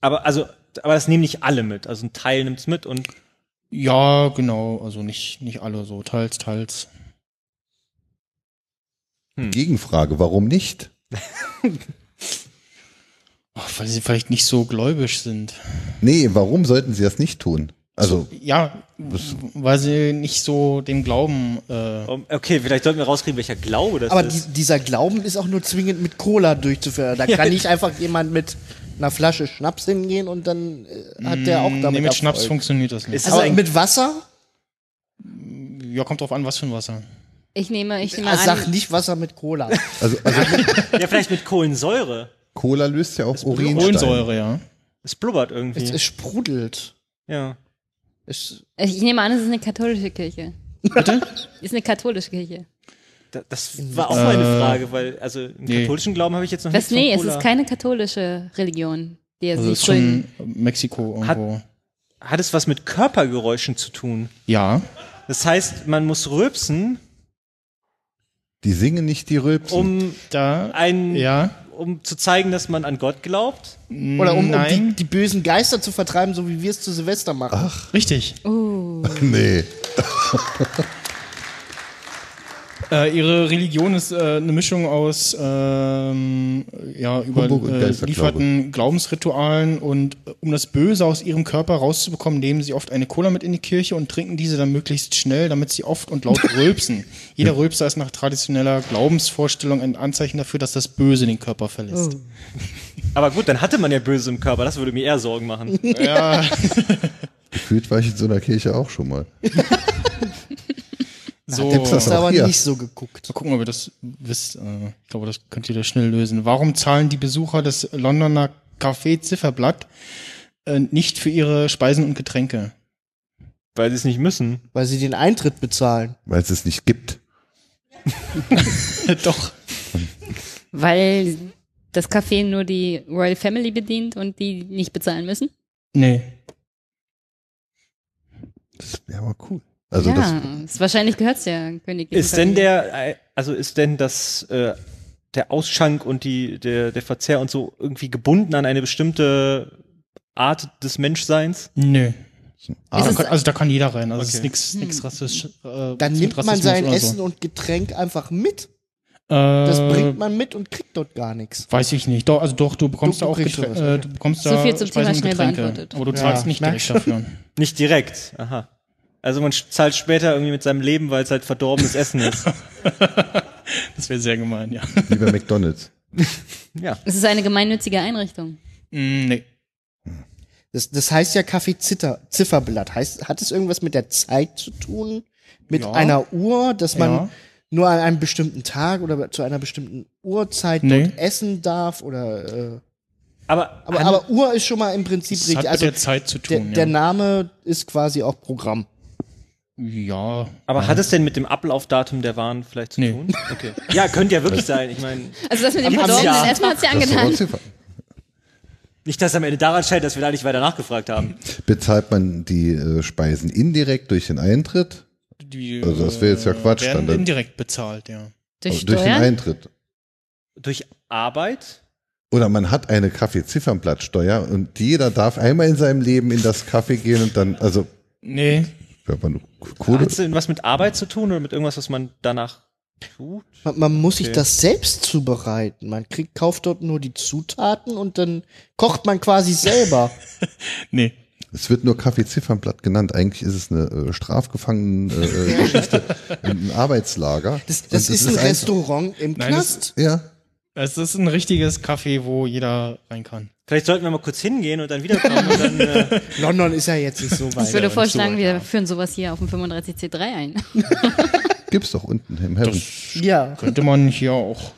Aber also, aber das nehmen nicht alle mit. Also ein Teil nimmt's mit und
Ja, genau, also nicht, nicht alle so, teils, teils.
Hm.
Gegenfrage, warum nicht?
Ach, weil sie vielleicht nicht so gläubig sind.
Nee, warum sollten sie das nicht tun? Also,
Ja, weil sie nicht so dem Glauben. Äh,
um, okay, vielleicht sollten wir rauskriegen, welcher Glaube das
Aber die,
ist.
dieser Glauben ist auch nur zwingend mit Cola durchzuführen. Da kann nicht einfach jemand mit einer Flasche Schnaps hingehen und dann äh, hat der auch damit
Mm, nee, mit
Erfolg.
Schnaps funktioniert das nicht.
Ist
Aber
es ein,
mit Wasser?
ja, kommt drauf an, was für ein Wasser.
Ich nehme, ich nehme
Ah, sag
an,
nicht Wasser mit Cola.
also, also
ja, vielleicht mit Kohlensäure.
Cola löst ja auch Urin.
Kohlensäure, ja.
Es blubbert irgendwie.
es, es sprudelt.
ja.
Es,
ich nehme an, es ist eine katholische Kirche. Bitte? Ist eine katholische Kirche.
Da, das war auch meine
Äh,
Frage, weil also im
nee.
katholischen Glauben habe ich jetzt noch
Was,
nichts von
nee, es
Cola.
ist keine katholische Religion, die
Also
sie
ist schon
gründen.
Mexiko
Hat-
irgendwo.
Hat es was mit Körpergeräuschen zu tun?
ja.
Das heißt, man muss rülpsen,
Die singen nicht die Rülpsen.
um
Da.
ein,
Ja.
um zu zeigen, dass man an Gott glaubt.
oder um, um
Nein.
die, die bösen Geister zu vertreiben, so wie wir es zu Silvester machen.
Richtig.
Nee.
Äh, ihre Religion ist äh, eine Mischung aus ähm, ja,
Humbug und Geisterglaube.
überlieferten Glaubensritualen und äh, um das Böse aus ihrem Körper rauszubekommen, nehmen sie oft eine Cola mit in die Kirche und trinken diese dann möglichst schnell, damit sie oft und laut rülpsen. Jeder Rülpser ist nach traditioneller Glaubensvorstellung ein Anzeichen dafür, dass das Böse den Körper verlässt.
Aber gut, dann hatte man ja Böse im Körper. Das würde mir eher Sorgen machen.
Gefühlt war ich in so einer Kirche auch schon mal.
So,
Der Priester
Auch
aber
hier.
nicht so geguckt.
Mal gucken, ob ihr das wisst. Äh, Ich glaube, das könnt ihr da schnell lösen. Warum zahlen die Besucher des Londoner Café Zifferblatt äh, nicht für ihre Speisen und Getränke?
Weil sie es nicht müssen.
Weil sie den Eintritt bezahlen.
Weil es es nicht gibt.
Doch.
Weil das Café nur die Royal Family bedient und die nicht bezahlen müssen.
Nee.
Das wäre aber cool. Also
ja, ist, wahrscheinlich gehört es ja Königin.
Ist denn der, äh, also ist denn das, äh, der Ausschank und die, der, der Verzehr und so irgendwie gebunden an eine bestimmte Art des Menschseins?
Nö.
das.
Da
Ah,
kann, also da kann jeder rein. Also es
Okay.
ist nichts nix rassistisch. Äh,
Hm. Dann
mit
nimmt man
Rassismus
sein
oder
Essen
So.
und Getränk einfach mit.
also. Äh,
Das bringt man mit und kriegt dort gar nichts.
Weiß ich nicht. Doch, also doch, du bekommst da
Du- du
auch
kriegst
Getränke.
sowas,
Äh, du bekommst
So
da
viel zum Thema
Speisen und
schnell
Getränke.
beantwortet.
Aber du
Ja,
zahlst nicht direkt
merkst
dafür.
Nicht direkt. Aha. Also man sch- zahlt später irgendwie mit seinem Leben, weil es halt verdorbenes Essen ist.
Das wäre sehr gemein, ja.
wie bei McDonalds.
Ja.
Es ist eine gemeinnützige Einrichtung.
Mm, nee.
Das, das heißt ja Kaffee Zitter, Zifferblatt. Heißt, hat es irgendwas mit der Zeit zu tun? Mit
Ja.
einer Uhr, dass man
Ja.
nur an einem bestimmten Tag oder zu einer bestimmten Uhrzeit
Nee.
dort essen darf? Oder, äh,
Aber,
aber,
an-
aber Uhr ist schon mal im Prinzip
Das hat
richtig.
mit
Also
der Zeit zu
der,
tun,
der Name ist quasi auch Programm.
ja. Ja.
aber hat es denn mit dem Ablaufdatum der Waren vielleicht zu
Nee.
tun? Okay. Ja, könnte ja wirklich sein. Ich meine,
Also das mit dem
Am- am
verdorbenen
Jahr.
Essen hat sie
Das ist doch auch
angetan.
Ziffer.
nicht, dass am Ende daran scheitert, dass wir da nicht weiter nachgefragt haben.
Bezahlt man die äh, Speisen indirekt durch den Eintritt?
Die,
Also das wäre jetzt ja
äh,
Quatsch
Werden
dann, ne?
indirekt bezahlt, ja.
Durch
Also durch den
Steuern?
Eintritt.
Durch Arbeit?
Oder man hat eine Kaffeeziffernblattsteuer und jeder darf einmal in seinem Leben in das Kaffee gehen und dann, also,
Nee.
wenn man Kohle,
Hat es denn was mit Arbeit zu tun oder mit irgendwas, was man danach tut?
Man, man muss sich
Okay.
das selbst zubereiten. Man kriegt, kauft dort nur die Zutaten und dann kocht man quasi selber.
Nee.
Es wird nur Kaffeeziffernblatt genannt. Eigentlich ist es eine äh, Strafgefangenengeschichte, äh, Geschichte, ein Arbeitslager.
Das,
Und
das
es
ist ein
einfach-
Restaurant im
Nein, das-
Knast.
Ja,
Es ist ein richtiges Café, wo jeder rein kann.
Vielleicht sollten wir mal kurz hingehen und dann wiederkommen. und dann, äh,
London ist ja jetzt nicht so weit.
Ich würde vorschlagen, wir führen sowas hier auf dem 35C3 ein.
Gibt's doch unten im Heaven.
Ja.
Könnte man hier auch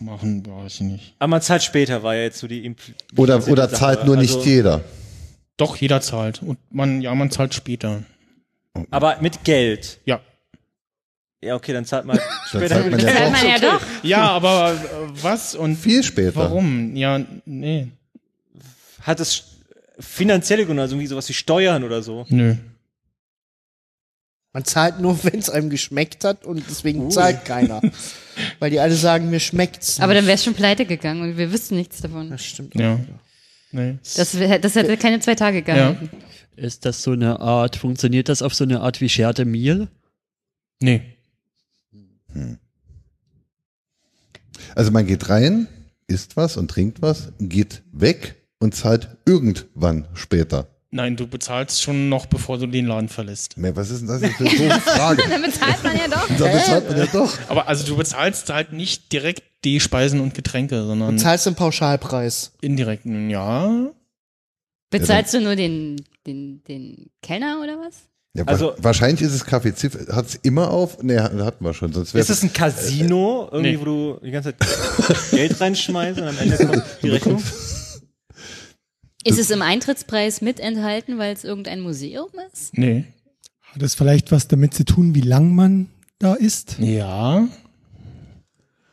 machen, weiß ich nicht.
aber man zahlt später, war ja jetzt so die Impl
Oder, oder
Sache.
zahlt nur nicht
Also-
jeder.
Doch, jeder zahlt. Und man, ja, man zahlt später.
Aber mit Geld.
Ja.
Ja, okay, dann zahlt man später
zahlt
mit
man ja
Geld.
Zahlt man ja doch.
Ja, aber äh, was und
Hm. Viel später.
warum? Ja, nee.
Hat es sch- finanzielle Gründe, also irgendwie sowas wie Steuern oder so?
Nö.
Man zahlt nur, wenn es einem geschmeckt hat und deswegen zahlt keiner. Weil die alle sagen, mir schmeckt's.
Aber
nicht.
dann wär's schon pleite gegangen und wir wüssten nichts davon.
das stimmt.
Ja. Nee.
Das, wär- das hätte keine zwei Tage
Ja.
gegangen.
Ist das so eine Art, funktioniert das auf so eine Art wie Scherte Meal?
Nee.
Also man geht rein, isst was und trinkt was, geht weg und zahlt irgendwann später.
Nein, du bezahlst schon noch, bevor du den Laden verlässt.
Mehr, was ist denn das jetzt für eine doofe Frage?
Dann bezahlt man ja doch.
Da bezahlt man ja doch.
Aber also du bezahlst halt nicht direkt die Speisen und Getränke, sondern
Du zahlst den Pauschalpreis.
indirekt. Ja.
Bezahlst du nur den, den, den Kellner oder was?
Ja, wa-
Also-
wahrscheinlich ist es Kaffee Ziff. Hat es immer auf? Nee, hatten wir schon. Sonst wäre
Ist es ein Casino, irgendwie,
nee.
wo du die ganze Zeit Geld reinschmeißt und am Ende kommt die Rechnung?
Ist es im Eintrittspreis mit enthalten, weil es irgendein Museum ist?
Nee.
Hat es vielleicht was damit zu tun, wie lang man da ist?
Ja.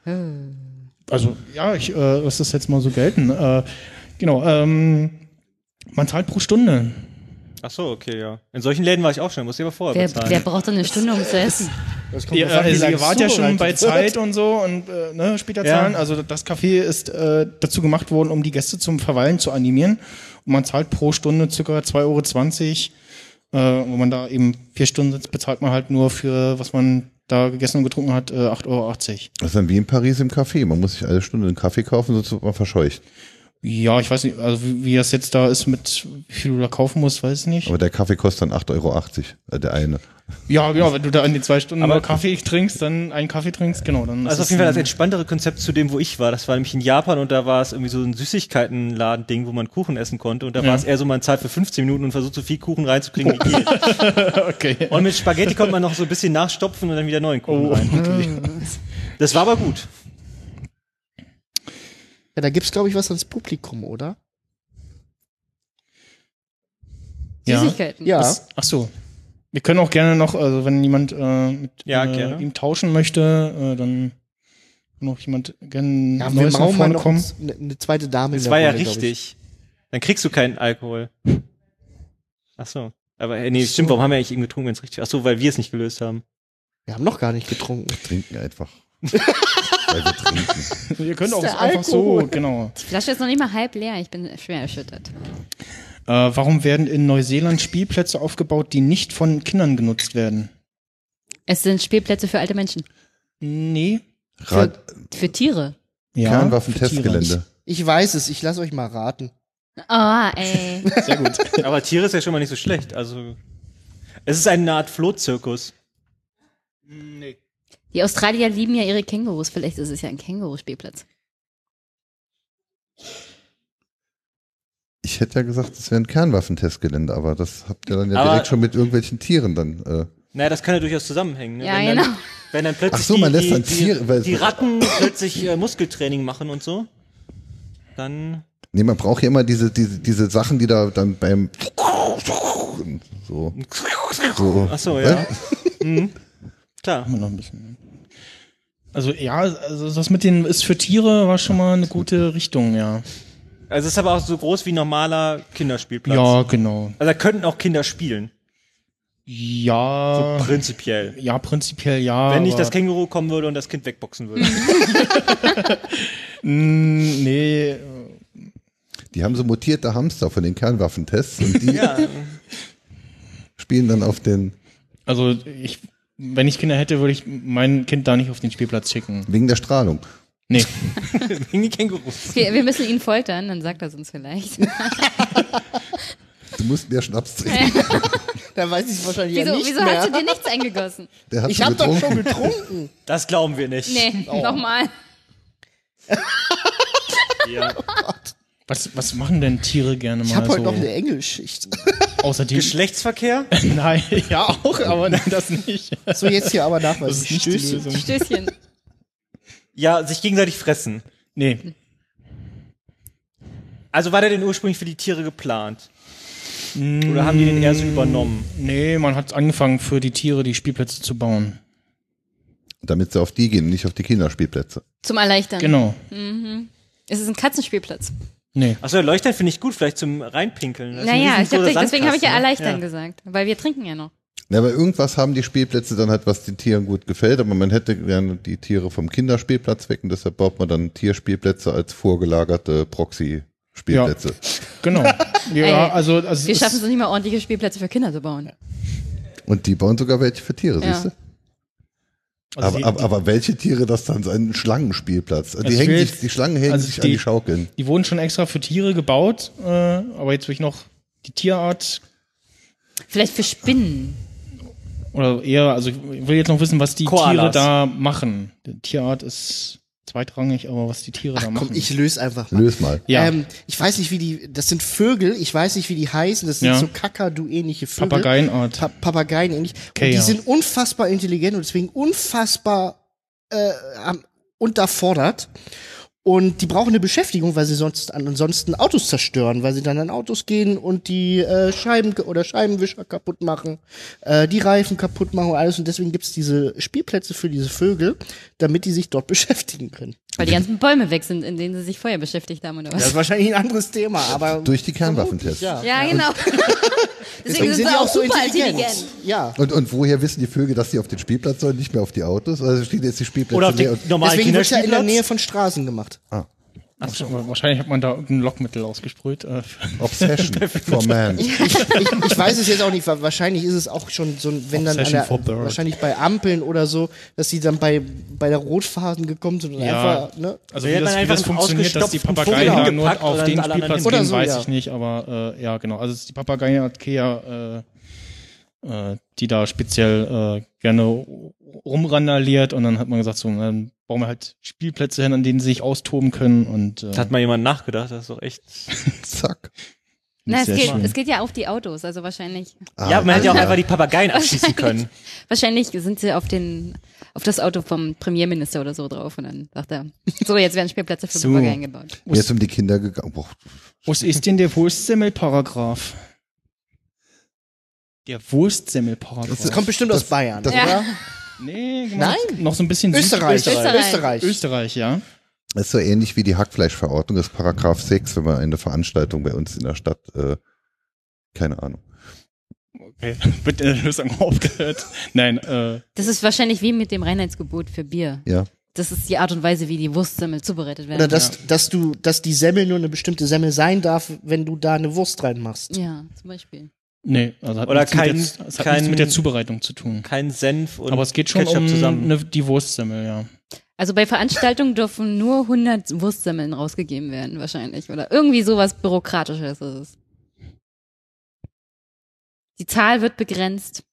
Hm.
Also, ja, ich äh, lasse das jetzt mal so gelten. Äh, genau, ähm, man zahlt pro Stunde.
Ach so, okay, ja. In solchen Läden war ich auch schon, muss ich aber vorher
Wer,
bezahlen.
wer braucht denn eine Stunde, um zu essen?
Das kommt
Ihr,
drauf an, wie
also,
lange
ihr
es
wart ja schon
zubereitet
bei
wird.
Zeit und so und äh, ne, später
Ja.
zahlen. Also das Café ist äh, dazu gemacht worden, um die Gäste zum Verweilen zu animieren. Und man zahlt pro Stunde circa 2,20 Euro. Äh, wenn man da eben vier Stunden sitzt, bezahlt man halt nur für, was man da gegessen und getrunken hat, äh, 8,80 Euro.
Das ist dann wie in Paris im Café. Man muss sich alle Stunde einen Kaffee kaufen, sonst wird man verscheucht.
Ja, ich weiß nicht, also wie, wie das jetzt da ist mit wie viel du da kaufen musst, weiß ich nicht.
Aber der Kaffee kostet dann 8,80 Euro, äh, der eine.
Ja, genau, wenn du da in die zwei Stunden mal Kaffee trinkst, dann einen Kaffee trinkst, genau, dann
Also
ist
auf jeden Fall das
es-
entspanntere Konzept zu dem, wo ich war. Das war nämlich in Japan und da war es irgendwie so ein Süßigkeitenladen-Ding, wo man Kuchen essen konnte. Und da war es eher so, man zahlt für 15 Minuten und versucht so viel Kuchen reinzukriegen wie geht.
okay.
Und mit Spaghetti konnte man noch so ein bisschen nachstopfen und dann wieder neuen Kuchen rein.
Oh.
Das war aber gut.
Ja, da gibt's, glaube ich, was ans Publikum, oder?
Ja.
Süßigkeiten.
Ja.
Ach so. Wir können auch gerne noch, also wenn jemand äh, mit
Ja,
äh,
gerne.
ihm tauschen möchte, äh, dann kann auch jemand gerne
ja, wir
neues nach
brauchen mal
vorne
noch
kommen.
eine eine Ne, zweite Dame. in
Das
der
war ja
Runde, glaub ich.
richtig. Dann kriegst du keinen Alkohol. Ach so. Aber äh, nee, stimmt, warum haben wir eigentlich ihn getrunken, wenn es richtig war? Ach so, weil wir es nicht gelöst haben.
Wir haben noch gar nicht getrunken.
Trinken einfach. Weil wir trinken.
Ihr könnt auch
der
einfach so,
Alkohol.
genau.
Die Flasche ist noch nicht mal halb leer. Ich bin schwer erschüttert.
Äh, warum werden in Neuseeland Spielplätze aufgebaut, die nicht von Kindern genutzt werden?
Es sind Spielplätze für alte Menschen.
Nee.
Für,
Rad
für Tiere.
Ja, für
Kernwaffentestgelände.
Ich weiß es, ich lasse euch mal raten.
Ah, ey.
Tiere. Sehr gut.
Aber Tiere ist ja schon mal nicht so schlecht. Also es ist eine Art Flohzirkus.
Die Australier lieben ja ihre Kängurus. Vielleicht ist es ja ein Känguruspielplatz.
Ich hätte ja gesagt, das wäre ein Kernwaffentestgelände, aber das habt ihr dann ja
Aber-
direkt schon mit irgendwelchen Tieren dann. Äh.
Naja, das kann ja durchaus zusammenhängen. Ne?
Ja,
wenn
genau.
Dann, wenn dann plötzlich
Ach so, man
die,
lässt dann
die,
Tiere- weil-
die, die Ratten plötzlich äh, Muskeltraining machen und so, dann
Nee, man braucht ja immer diese, diese, diese Sachen, die da dann beim so. so.
Ach so, ja. mhm. klar.
Haben wir noch ein bisschen. ne? Also ja, also das mit den ist für Tiere war schon mal eine gute Richtung, ja.
Also es ist aber auch so groß wie ein normaler Kinderspielplatz.
Ja, genau.
Also da könnten auch Kinder spielen,
Ja.
prinzipiell.
ja, prinzipiell ja.
Wenn nicht
aber-
das Känguru kommen würde und das Kind wegboxen würde.
Mm, Nee,
Die haben so mutierte Hamster von den Kernwaffentests und die spielen dann auf den
Also ich, wenn ich Kinder hätte, würde ich mein Kind da nicht auf den Spielplatz schicken.
wegen der Strahlung.
Nee.
Wegen die Kängurus.
Wir, wir müssen ihn foltern, dann sagt er es uns vielleicht.
Du musst mehr Schnaps trinken.
Da weiß ich wahrscheinlich
Wieso,
ja nicht
wieso
mehr.
hast du dir nichts eingegossen?
Der hat
ich
schon
hab doch
getrunken.
schon getrunken.
Das glauben wir nicht.
Nee, nochmal.
Ja. Was, was machen denn Tiere gerne mal
Ich habe heute
so?
noch eine Engelschicht.
Außerdem.
Geschlechtsverkehr?
Nein, ja auch, aber nein, das nicht.
Ähm, So, jetzt hier aber nachweisen.
Das ist nicht die
Stößchen.
Lösung.
Stößchen.
Ja, sich gegenseitig fressen.
Nee.
Also war der denn ursprünglich für die Tiere geplant?
Mm.
Oder haben die den eher so übernommen?
Nee, man hat angefangen für die Tiere die Spielplätze zu bauen.
Damit sie auf die gehen, nicht auf die Kinderspielplätze.
Zum Erleichtern.
Genau.
Mhm. Es ist ein Katzenspielplatz.
Nee.
Achso, Leuchtern finde ich gut, vielleicht zum Reinpinkeln. Das ist ein
naja, ich
riesengroßer
hab, deswegen habe ich ja
Sandkasten, ne?
Erleichtern gesagt, weil wir trinken ja noch.
Ja, aber irgendwas haben die Spielplätze dann halt, was den Tieren gut gefällt, aber man hätte gerne die Tiere vom Kinderspielplatz weg und deshalb baut man dann Tierspielplätze als vorgelagerte Proxy-Spielplätze.
Genau.
Ey,
Ja, also, also
wir
es-
schaffen es nicht mal ordentliche Spielplätze für Kinder zu bauen.
Und die bauen sogar welche für Tiere,
Ja.
siehst du?
Also
aber,
die-
aber, aber welche Tiere das dann sein? Ein Schlangenspielplatz. Also die,
es
hängen
fehlt-
sich, die Schlangen hängen
also
sich
die-
an die Schaukeln.
Die wurden schon extra für Tiere gebaut, äh, aber jetzt will ich noch die Tierart
Vielleicht für Spinnen.
oder eher, also ich will jetzt noch wissen, was die Tiere
Koalas.
da machen. Die Tierart ist zweitrangig, aber was die Tiere da machen.
Komm, ich löse einfach mal.
Löse mal.
Ja.
Ähm, ich weiß nicht, wie die, das sind Vögel, ich weiß nicht, wie die heißen, das sind
Ja.
so Kakadu-ähnliche Vögel.
Papageienart.
Pa Papageien ähnlich.
Okay,
und die
ja.
sind unfassbar intelligent und deswegen unfassbar äh, am- unterfordert. Und die brauchen eine Beschäftigung, weil sie sonst an- ansonsten Autos zerstören, weil sie dann an Autos gehen und die äh, Scheiben oder Scheibenwischer kaputt machen, äh, die Reifen kaputt machen und alles. Und deswegen gibt's diese Spielplätze für diese Vögel, damit die sich dort beschäftigen können.
Weil die ganzen Bäume weg sind, in denen sie sich vorher beschäftigt haben oder
Das ist
was.
wahrscheinlich ein anderes Thema, aber.
Durch die Kernwaffentests.
Ja.
Ja, genau.
Deswegen sind die auch so intelligent. Ja.
Und, und woher wissen die Vögel, dass sie auf den Spielplatz sollen, nicht mehr auf die Autos? Also steht jetzt die Spielplätze
Oder auf den
leer und-
normalen
Deswegen wird's ja in der
Kinderspielplatz?
Nähe von Straßen gemacht.
Wahrscheinlich hat man da irgendein Lockmittel ausgesprüht. Äh,
Obsession for man.
Ich, ich weiß es jetzt auch nicht, wa- wahrscheinlich ist es auch schon so, ein- wenn dann an
Obsession
der,
for Bird.
wahrscheinlich bei Ampeln oder so, dass die dann bei, bei der Rotphasen gekommen sind und
ja,
einfach, ne?
also
Wäre
wie das,
dann
wie
einfach
das
einen
funktioniert, dass die
ausgestopften
Papageien
Vogel
da nur
gepackt
auf
oder
den
alle anderen
Spielplatz
hin.
gehen,
Oder so,
weiß
ja.
ich nicht, aber äh, ja, genau. Also es ist die Papageien Kea, äh, äh, die da speziell äh, gerne rumrandaliert und dann hat man gesagt, so, dann bauen wir halt Spielplätze hin, an denen sie sich austoben können und äh,
Da hat mal jemand nachgedacht, das ist doch echt.
Zack.
Na, es
sehr
geht,
schön.
es geht ja auf die Autos, also wahrscheinlich.
Ah,
ja, man hätte ja auch
Ah, ja.
einfach die Papageien abschießen können.
Wahrscheinlich sind sie auf den auf das Auto vom Premierminister oder so drauf und dann sagt er, so jetzt werden Spielplätze für
So.
Bürger gebaut.
Mir ist um die Kinder gegangen. Boah,
Was ist denn der Wurstsemmelparagraph? Der Wurstsemmelparagraph.
Das kommt bestimmt aus Bayern,
das-
oder?
Nee, genau.
Nein?
Noch so ein bisschen
Österreich.
Österreich.
Österreich.
Süd- Österreich, ja.
Das ist so ähnlich wie die Hackfleischverordnung, das ist Paragraph 6, wenn man eine Veranstaltung bei uns in der Stadt, äh, keine Ahnung.
Okay. Bitte äh, Lösung aufgehört. Nein, äh,
Das ist wahrscheinlich wie mit dem Reinheitsgebot für Bier.
Ja.
Das ist die Art und Weise, wie die Wurstsemmel zubereitet werden.
Oder dass, dass du, dass die Semmel nur eine bestimmte Semmel sein darf, wenn du da eine Wurst reinmachst.
ja, zum Beispiel.
nee, also hat
Oder
nichts
kein-
mit der, es hat
kein-
nichts mit der Zubereitung zu tun.
Kein Senf und
Aber es geht schon
Ketchup
um
zusammen.
ne- die Wurstsemmel, ja.
Also bei Veranstaltungen dürfen nur 100 Wurstsemmeln rausgegeben werden, wahrscheinlich. Oder irgendwie sowas Bürokratisches ist es. Die Zahl wird begrenzt.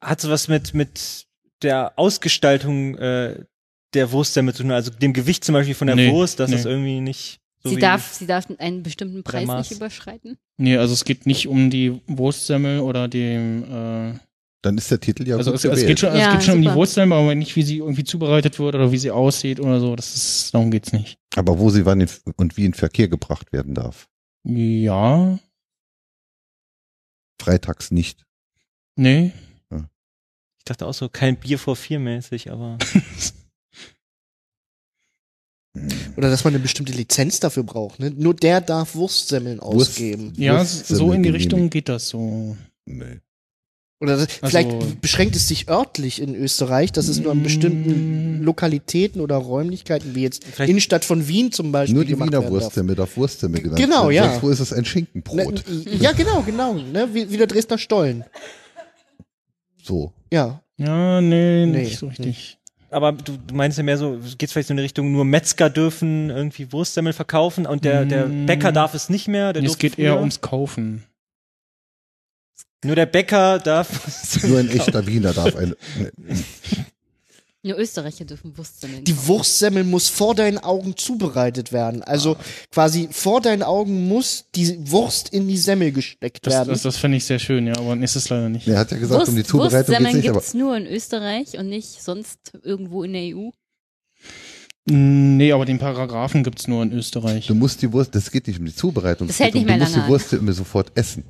Hat so was mit, mit der Ausgestaltung äh, der Wurstsemmel zu tun, also dem Gewicht zum Beispiel von der
Nee,
Wurst, dass
nee.
das irgendwie nicht so
sie,
wie
darf, sie darf einen bestimmten Preis
Maß.
nicht überschreiten.
Nee, also es geht nicht um die Wurstsemmel oder dem, äh,
Dann ist der Titel ja
also
gut
es, es
gewählt.
geht schon, es
Ja,
geht schon um die
super.
Wurstsemmel, aber nicht wie sie irgendwie zubereitet wird oder wie sie aussieht oder so, das ist, darum geht's nicht.
Aber wo sie wann in, und wie in Verkehr gebracht werden darf.
Ja,
Freitags nicht.
nee.
Ich dachte auch so, kein Bier vor vier mäßig, aber.
Oder dass man eine bestimmte Lizenz dafür braucht. Ne? Nur der darf Wurstsemmeln
Wurst-
ausgeben.
Ja, so in die
Wurstsemmelgenehmigung.
Richtung geht das so.
Nee.
Oder das, vielleicht beschränkt es sich örtlich in Österreich, dass es nur an bestimmten
Mm.
Lokalitäten oder Räumlichkeiten, wie jetzt
Vielleicht-
Innenstadt von Wien zum Beispiel,
Nur die
gemacht
Wiener
werden darf.
Wurstzimmel darf Wurstzimmel genannt
Genau,
werden.
ja.
Sonst wo ist es ein
Ne,
Schinkenbrot?
ja, genau, genau. Ne? Wie, wie der Dresdner Stollen.
So.
Ja.
Ja, nee,
Nee.
nicht so richtig.
Aber du, du meinst ja mehr so, geht's vielleicht so in die Richtung, nur Metzger dürfen irgendwie Wurstsemmel verkaufen und der, der
Mm.
Bäcker darf es nicht mehr. Der
Nee, es
durfte
geht eher
früher.
ums Kaufen.
Nur der Bäcker darf.
ne, Nur ein
genau.
also
echter Wiener darf eine.
Nur Österreicher dürfen Wurstsemmeln.
Die Wurstsemmel muss vor deinen Augen zubereitet werden. Also quasi vor deinen Augen muss die Wurst in die Semmel gesteckt
Das,
werden.
das, das finde ich sehr schön, ja, aber ist es leider nicht.
Er hat ja gesagt, um die
Wurstsemmeln gibt es nur in Österreich und nicht sonst irgendwo in der E EU.
Mm, Nee, aber den Paragraphen gibt's nur in Österreich.
Du musst die Wurst, das geht nicht um die Zubereitung.
Das
es geht
hält nicht
um,
mehr
du musst die
lange an.
Wurst immer sofort essen.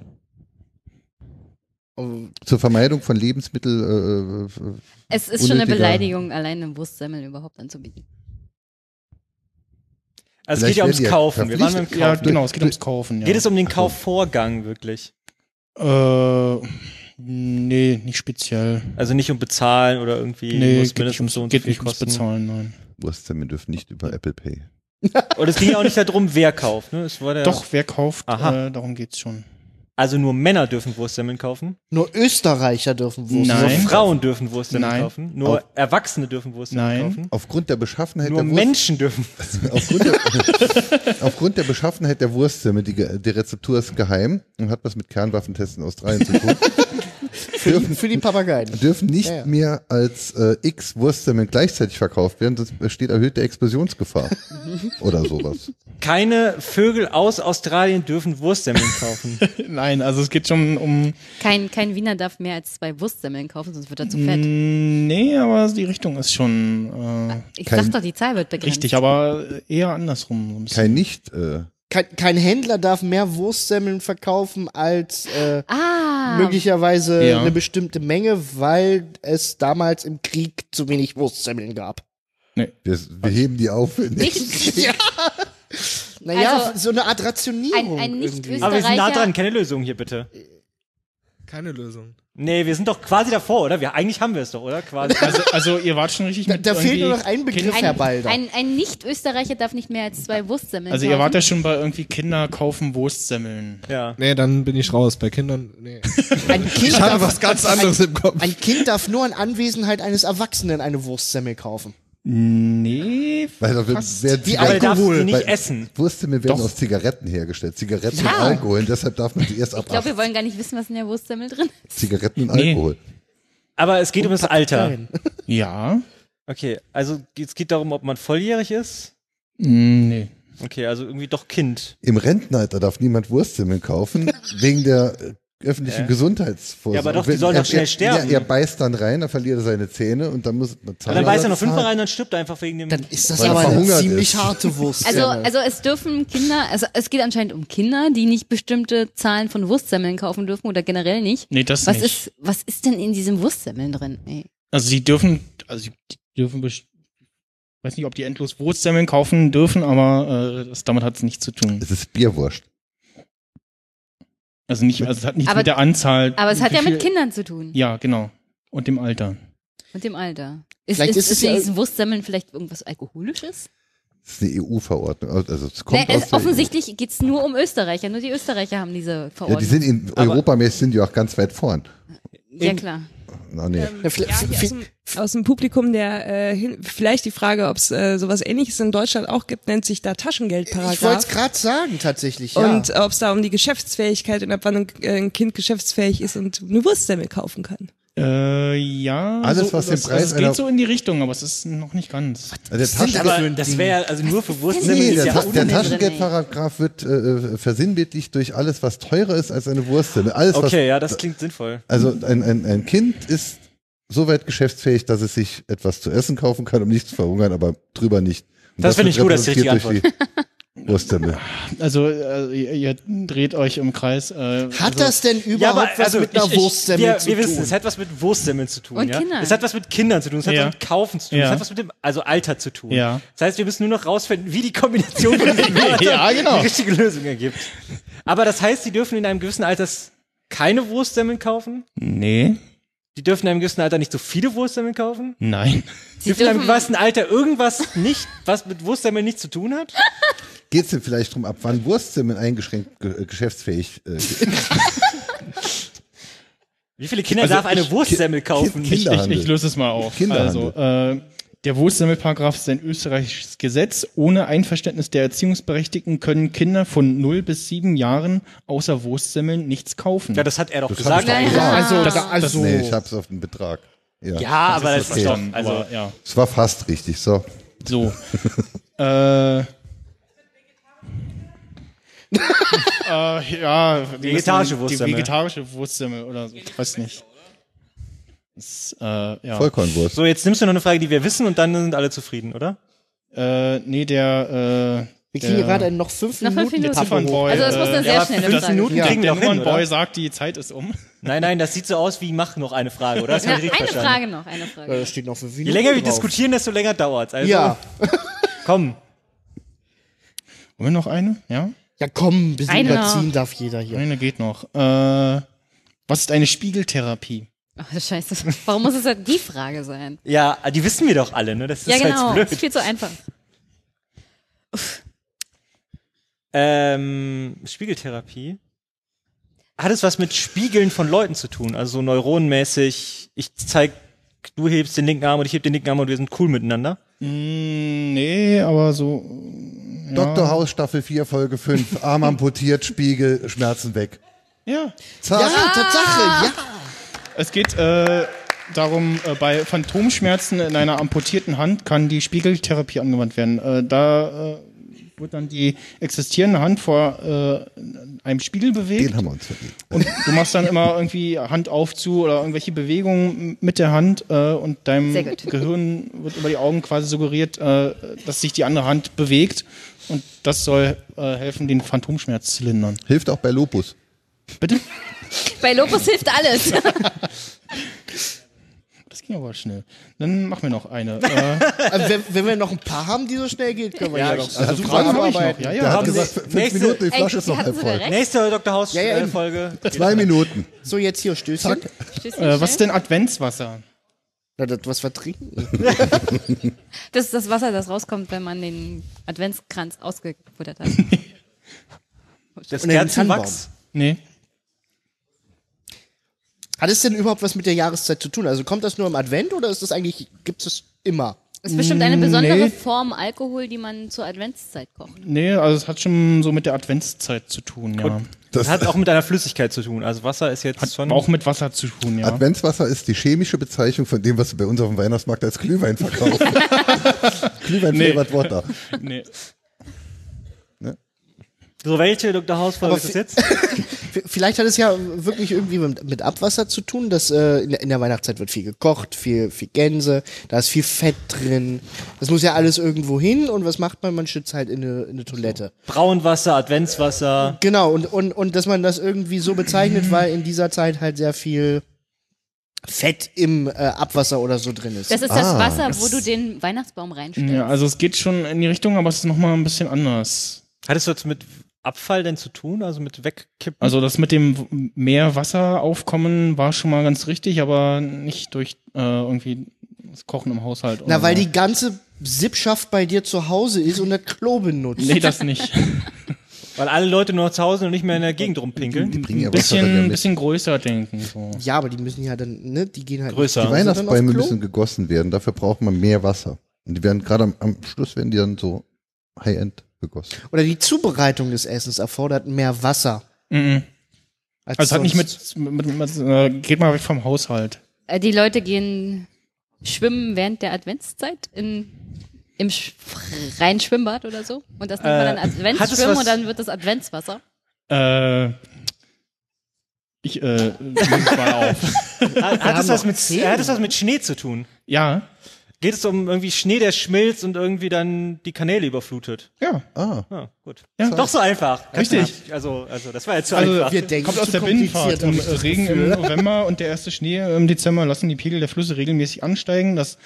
Oh.
Zur Vermeidung von Lebensmittel. Äh, äh,
Es ist schon eine
unnötiger-
Beleidigung, allein eine Wurstsemmel überhaupt anzubieten.
Also es geht
Vielleicht
ja ums
werden die
Kaufen. Wir waren beim Kaufen.
verpflichtet. Ja,
genau, es geht ums Kaufen, ja. Also-
Geht es um den
Ach so.
Kaufvorgang wirklich?
Äh, nee, nicht speziell.
Also nicht um Bezahlen oder irgendwie
Nee,
muss
geht nicht
mindestens
ums-
so und so
geht
viel
nicht ums
kosten.
Bezahlen, nein.
Wurstsemmeln dürfen nicht über Apple Pay.
Und es ging ja auch nicht darum, wer kauft. Ne? Es war der
Doch, wer kauft,
Aha.
äh, darum geht's schon.
Also nur Männer dürfen Wurstsemmeln kaufen.
Nur Österreicher dürfen Wurst.
Nur
Nein.
Frauen dürfen Wurstsemmeln
Nein.
kaufen. Nur
Auf-
Erwachsene dürfen Wurstsemmeln kaufen.
Aufgrund der Beschaffenheit
Nur
der Wurst.
Menschen dürfen.
aufgrund, der, aufgrund der Beschaffenheit der Wurstsemmel, die, ge- die Rezeptur ist geheim und hat was mit Kernwaffentests in Australien zu tun.
Für die, für die Papageien.
dürfen nicht
Ja, ja.
mehr als äh, x Wurstsemmeln gleichzeitig verkauft werden, sonst besteht erhöhte Explosionsgefahr oder sowas.
Keine Vögel aus Australien dürfen Wurstsemmeln kaufen.
Nein, also es geht schon um.
Kein, kein Wiener darf mehr als zwei Wurstsemmeln kaufen, sonst wird er zu fett.
Mm, Nee, aber die Richtung ist schon äh,
Ich sag doch, die Zahl wird begrenzt.
richtig, aber eher andersrum. so ein bisschen.
Kein nicht. Äh,
Kein, kein Händler darf mehr Wurstsemmeln verkaufen als äh,
Ah,
möglicherweise
Ja.
eine bestimmte Menge, weil es damals im Krieg zu wenig Wurstsemmeln gab.
wir, wir heben die auf.
nicht,
Naja,
Also,
so eine Art Rationierung.
ein- ein nicht
irgendwie.
Aber wir sind nah
Österreicher-
dran. Keine Lösung hier bitte.
Keine Lösung.
Nee, wir sind doch quasi davor, oder? Wir, eigentlich haben wir es doch, oder? Quasi.
Also, also ihr wart schon richtig
Da,
mit
da fehlt nur
irgendwie-
noch ein Begriff, Herr
ein,
Balder.
ein, ein Nicht-Österreicher darf nicht mehr als zwei Wurstsemmeln
Also
kaufen.
ihr wart ja schon bei irgendwie Kinder kaufen Wurstsemmeln.
ja.
Nee, dann bin ich raus. Bei Kindern, nee.
Ein kind,
Ich hatte
darf,
was ganz anderes im Kopf.
ein kind darf nur in Anwesenheit eines Erwachsenen eine Wurstsemmel kaufen.
Nee.
Weil da werden
Die
Aber
Zigaretten-
darf sie nicht
weil
essen.
Wurstsemmeln werden
Doch.
aus Zigaretten hergestellt. Zigaretten und
Ja.
Alkohol. Deshalb darf man sie erst ab
ich glaube, wir
18.
wollen gar nicht wissen, was in der Wurstsemmel drin ist.
Zigaretten und
Nee.
Alkohol.
Aber es geht um das Alter.
Ja.
Okay, also es geht darum, ob man volljährig ist.
Mm, Nee.
Okay, also irgendwie doch Kind.
Im Rentenalter darf niemand Wurstsemmeln kaufen, wegen der äh, öffentlichen Gesundheitsvorsorge.
Ja, aber doch, die sollen
er,
doch schnell
er,
sterben.
Er, er beißt dann rein, dann verliert er seine Zähne und dann muss dann
Und dann beißt er noch fünfmal rein, dann stirbt er einfach wegen dem.
Dann ist das
Weil er
aber eine
verhungert
ziemlich
ist.
harte Wurstsemmeln.
Also, also es dürfen Kinder, also es geht anscheinend um Kinder, die nicht bestimmte Zahlen von Wurstsemmeln kaufen dürfen oder generell nicht.
Nee, das
Was
nicht.
ist, was ist denn in diesem Wurstsemmeln drin? Ey.
Also sie dürfen, also die dürfen best- weiß nicht, ob die endlos Wurstsemmeln kaufen dürfen, aber äh, das, damit hat es nichts zu tun.
Es ist Bierwurst.
Also nicht, also es hat nichts
Aber-
mit der Anzahl.
Aber es hat
wie
ja
viel-
mit Kindern zu tun
Ja, genau. Und dem Alter.
und dem Alter. Ist,
Vielleicht
ist,
ist
ist,
es ja-
in diesen Wurstsemmeln vielleicht irgendwas Alkoholisches?
Das ist eine EU-Verordnung. Also es kommt
Nee,
aus
es,
der
offensichtlich geht's nur um Österreicher. Nur die Österreicher haben diese
EU. Ja, die
Verordnung.
sind in
Aber-
europamäßig sind die auch ganz weit vorn.
ja klar.
Na, nee. Also,
Ähm,
Ja, vielleicht-
ja, hier aus, dem, aus dem Publikum, der äh, hin, vielleicht die Frage, ob es äh, sowas ähnliches in Deutschland auch gibt, nennt sich da
ich wollte es
Taschengeldparagraf.
gerade sagen, tatsächlich. Ja.
Und ob es da um die Geschäftsfähigkeit und ab wann ein, äh, ein Kind geschäftsfähig ist und eine Wurstsemmel kaufen kann.
Äh, ja.
Alles,
so,
was den
das,
Preis
also, es
einer-
geht so in die Richtung, aber es ist noch nicht ganz.
Also der Taschen-
Aber das wäre ja, also nur für Wurstsemmeln
Nee,
ist
der,
ja
Ta der
unnötig.
Taschengeldparagraf wird äh, äh, versinnbildlich durch alles, was teurer ist als eine Wurstsemmel. Alles, was
Okay, ja, das klingt sinnvoll.
Also ein, ein, ein Kind ist soweit geschäftsfähig, dass es sich etwas zu essen kaufen kann, um nicht zu verhungern, aber drüber nicht. Und
Das finde ich
wird
gut, das ist die
repräsentiert durch die Wurstsemmel.
Also äh, ihr, ihr dreht euch im Kreis. Äh,
Hat
also,
das denn überhaupt was mit einer
ich- ich-
Wurstsemmel
wir,
zu
wir
tun?
wissen, es hat was mit Wurstsemmeln zu tun.
Und
ja?
Kindern.
Es hat was mit Kindern zu tun, es hat
Ja.
was mit Kaufen zu tun, es
Ja.
hat was mit dem also Alter zu tun.
Ja.
Das heißt, wir müssen nur noch rausfinden, wie die Kombination von diesen Wörtern
Ja, genau.
die richtige Lösung ergibt. Aber das heißt, die dürfen in einem gewissen Alter keine Wurstsemmeln kaufen.
Nee,
Die dürfen in einem gewissen Alter nicht so viele Wurstsemmeln kaufen.
nein.
Sie dürfen in einem gewissen Alter irgendwas nicht, was mit Wurstsemmeln nichts zu tun hat.
Geht es denn vielleicht drum, ab wann Wurstsemmeln eingeschränkt ge äh, geschäftsfähig äh,
Wie viele Kinder darf eine Wurstsemmel kaufen?
Kind-
Ich, ich,
Kinderhandel.
ich löse es mal auf.
Kinderhandel.
Also, äh, der Wohlstammelparagraph ist ein österreichisches Gesetz. Ohne Einverständnis der Erziehungsberechtigten können Kinder von 0 bis 7 Jahren außer Wurstsemmeln nichts kaufen.
Ja, das hat er doch
Das hab
gesagt.
ich doch
Naja.
ah,
gesagt.
also, das,
Nee, ich hab's auf den Betrag.
Ja, aber das ist doch, also,
aber, ja.
Es war fast richtig, so.
So. äh, äh, ja, die
Vegetarische
müssen-
Wurstsemmel.
Die vegetarische Wurstsemmel oder so, ich weiß nicht. Ist, äh, ja.
Vollkornwurst.
So, jetzt nimmst du noch eine Frage, die wir wissen und dann sind alle zufrieden, oder?
Äh, nee, der, äh,
Wir kriegen hier
der-
gerade einen noch fünf Noch fünf Minuten
Der
Minuten.
Ziffernboy.
Also, das muss eine
äh,
sehr
ja,
schnelle
fünf
Frage
Minuten
sein.
kriegen
Ja.
wir
Kriegen wir
hin,
noch hin,
Boy
oder?
sagt, die Zeit ist um.
Nein, nein, das sieht so aus wie, mach noch eine Frage, oder? Das hab ich
Ja,
richtig
eine
verstanden.
Frage noch, eine Frage.
Äh.
Da steht noch für
Je länger wir diskutieren, desto länger dauert's. Also,
Ja.
komm.
Wollen wir noch eine? Ja?
Ja, komm, ein bisschen
Eine
überziehen
noch.
darf jeder hier.
Eine geht noch. Äh, was ist eine Spiegeltherapie?
Ach, Oh, scheiße. Warum muss es halt die Frage sein?
Ja, die wissen wir doch alle, ne? Das ist
ja, genau.
halt
ist
blöd.
viel zu einfach.
Ähm, Spiegeltherapie. Hat es was mit Spiegeln von Leuten zu tun? Also so neuronenmäßig, ich zeig, du hebst den linken Arm und ich heb den linken Arm und wir sind cool miteinander?
Mm, nee, aber so. Ja.
Dr. House Staffel 4, Folge 5. Arm amputiert, Spiegel, Schmerzen weg.
Ja.
Zack.
Ja, Tatsache, ja.
Es geht äh, darum, äh, bei Phantomschmerzen in einer amputierten Hand kann die Spiegeltherapie angewandt werden. Äh, da äh, wird dann die existierende Hand vor äh, einem Spiegel bewegt.
Den haben wir uns verdient.
Und du machst dann immer irgendwie Hand auf zu oder irgendwelche Bewegungen mit der Hand äh, und deinem
Sehr gut.
Gehirn wird über die Augen quasi suggeriert, äh, dass sich die andere Hand bewegt und das soll äh, helfen, den Phantomschmerz zu lindern.
Hilft auch bei Lupus.
Bitte?
Bei Lopus hilft alles.
Das ging aber schnell. Dann machen wir noch eine. Äh,
Also, wenn, wenn wir noch ein paar haben, die so schnell geht, können wir
Ja,
ja,
ich-
noch.
also Fragen hab ich noch,
abarbeiten.
ja, ja.
Der hat
Haben Sie-
gesagt, fünf
nächste-
Minuten, die
Ey,
Flasche ist
Sie
noch
hatten
halb
sogar
voll.
recht.
Nächste Dr. House
Ja, ja,
äh,
eben.
Folge.
Zwei Minuten.
So, jetzt hier, Stößchen.
Stößchen
äh, was ist
schnell.
denn Adventswasser?
Na, das was vertrinken.
Das ist das Wasser, das rauskommt, wenn man den Adventskranz ausgefuttert hat.
Das
Und den
Kerzenwachs.
Nee.
Hat es denn überhaupt was mit der Jahreszeit zu tun? Also kommt das nur im Advent oder ist das eigentlich, gibt es immer?
Das ist bestimmt eine besondere
Nee.
Form Alkohol, die man zur Adventszeit kocht.
Nee, also es hat schon so mit der Adventszeit zu tun, ja.
Das hat auch mit einer Flüssigkeit zu tun. Also Wasser ist jetzt schon.
Auch mit Wasser zu tun, ja.
Adventswasser ist die chemische Bezeichnung von dem, was du bei uns auf dem Weihnachtsmarkt als Glühwein verkaufst. Glühwein
Nee.
flavored water.
nee.
so, welche Dr. House Folge
Aber
ist das
fi-
jetzt?
V- Vielleicht hat es ja wirklich irgendwie mit, mit Abwasser zu tun, dass äh, in, der- in der Weihnachtszeit wird viel gekocht, viel, viel Gänse, da ist viel Fett drin. Das muss ja alles irgendwo hin und was macht man? Man schützt halt in eine, in eine Toilette.
Braunwasser, Adventswasser.
Genau, und, und, und dass man das irgendwie so bezeichnet, weil in dieser Zeit halt sehr viel Fett im äh, Abwasser oder so drin ist.
Das ist das
Ah.
Wasser, wo du den Weihnachtsbaum reinstellst.
ja. Also es geht schon in die Richtung, aber es ist nochmal ein bisschen anders.
Hat es was mit Abfall denn zu tun? Also mit Wegkippen?
Also das mit dem W- mehr Wasseraufkommen war schon mal ganz richtig, aber nicht durch äh, irgendwie das Kochen im Haushalt.
Na,
oder
weil
so.
die ganze Sippschaft bei dir zu Hause ist und das Klo benutzt.
Nee, das nicht.
Weil alle Leute nur zu Hause und nicht mehr in der Gegend
Die
rumpinkeln.
bringen ja Wasser dann ja
bisschen,
mit.
bisschen größer denken. So.
Ja, aber die müssen ja dann, ne, die gehen halt
Größer.
Die
Die
sind dann aufs
Weihnachtsbäume
Klo.
müssen gegossen werden, dafür braucht man mehr Wasser. Und die werden gerade am, am Schluss werden die dann so High-End gegossen.
Oder die Zubereitung des Essens erfordert mehr Wasser.
Mhm.
Als
Also es hat nicht
sonst.
mit, mit, mit äh, geht mal weg vom Haushalt.
Äh, Die Leute gehen schwimmen während der Adventszeit in, im Sch- reinen Schwimmbad oder so. Und das nennt man dann
Äh, hat es
Adventsschwimmen
was-
und dann wird das Adventswasser.
Äh, ich äh, nehm's mal auf.
Hat, hat, es
haben
was
noch
mit,
zehn.
hat es was mit Schnee zu tun?
Ja,
Geht es um irgendwie Schnee, der schmilzt und irgendwie dann die Kanäle überflutet?
ja.
Ah,
Ja, gut.
Ja.
Doch so einfach. Ganz
Richtig.
knapp. Also, also, das war jetzt so
Also
einfach.
Wir denken
kommt aus
zu
der Binnenfahrt.
kompliziert, hab
Im
ich das
Regen im
Gefühl.
November und der erste Schnee im Dezember lassen die Pegel der Flüsse regelmäßig ansteigen. Das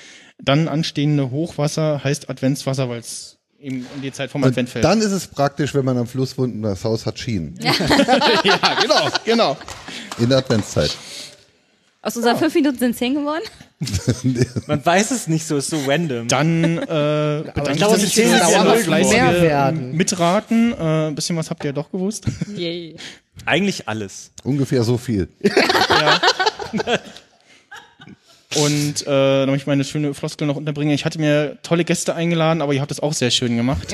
dann anstehende Hochwasser heißt Adventswasser, weil es eben in die Zeit vom Advent fällt.
dann ist es praktisch, wenn man am Fluss wohnt und das Haus hat Schienen.
ja, genau, genau.
In der Adventszeit.
Aus unseren fünf Minuten sind zehn geworden.
Man weiß es nicht so, ist so random.
Dann äh, bedanke ich
glaube,
mich
die These
für
ist ja
das
null
fleißige
geworden. Mehrwerten.
Mitraten. Äh, ein bisschen was habt ihr doch gewusst.
Yay.
Eigentlich alles.
Ungefähr so viel.
Und äh, damit ich meine schöne Floskel noch unterbringe, ich hatte mir tolle Gäste eingeladen, aber ihr habt es auch sehr schön gemacht.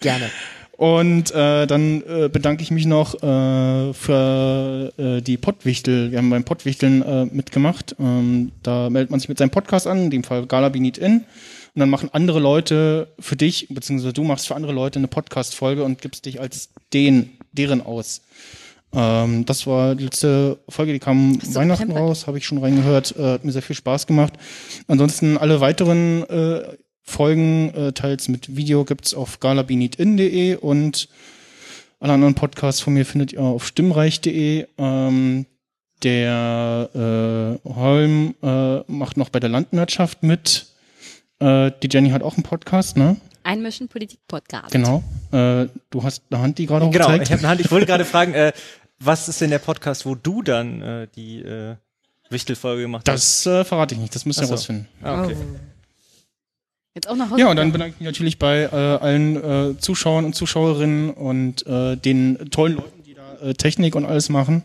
Gerne.
Und äh, dann äh, bedanke ich mich noch äh, für äh, die Pottwichtel. Wir haben beim Pottwichteln äh, mitgemacht. Ähm, da meldet man sich mit seinem Podcast an, in dem Fall Gala Beneath In. Und dann machen andere Leute für dich, beziehungsweise du machst für andere Leute eine Podcast-Folge und gibst dich als den, deren aus. Ähm, das war die letzte Folge, die kam Weihnachten raus, habe ich schon reingehört, äh, hat mir sehr viel Spaß gemacht. Ansonsten alle weiteren äh, Folgen, äh, teils mit Video, gibt's auf galabinitin.de und alle anderen Podcasts von mir findet ihr auf stimmreich.de. Ähm, der äh, Holm äh, macht noch bei der Landwirtschaft mit. Äh, die Jenny hat auch einen Podcast, ne?
Einmischen Politik-Podcast.
Genau. Äh, du hast eine Hand, die gerade
Genau,
hochzeigt.
ich habe eine Hand. Ich wollte gerade fragen, äh, was ist denn der Podcast, wo du dann äh, die äh, Wichtelfolge gemacht hast?
Das äh, verrate ich nicht, das müsst ihr
Ach so.
rausfinden.
Ah, okay.
Jetzt auch noch
Ja, und dann bedanke ich mich natürlich bei äh, allen äh, Zuschauern und Zuschauerinnen und äh, den tollen Leuten, die da äh, Technik und alles machen.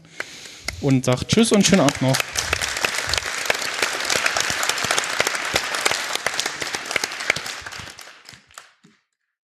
Und sagt Tschüss und schönen Abend noch.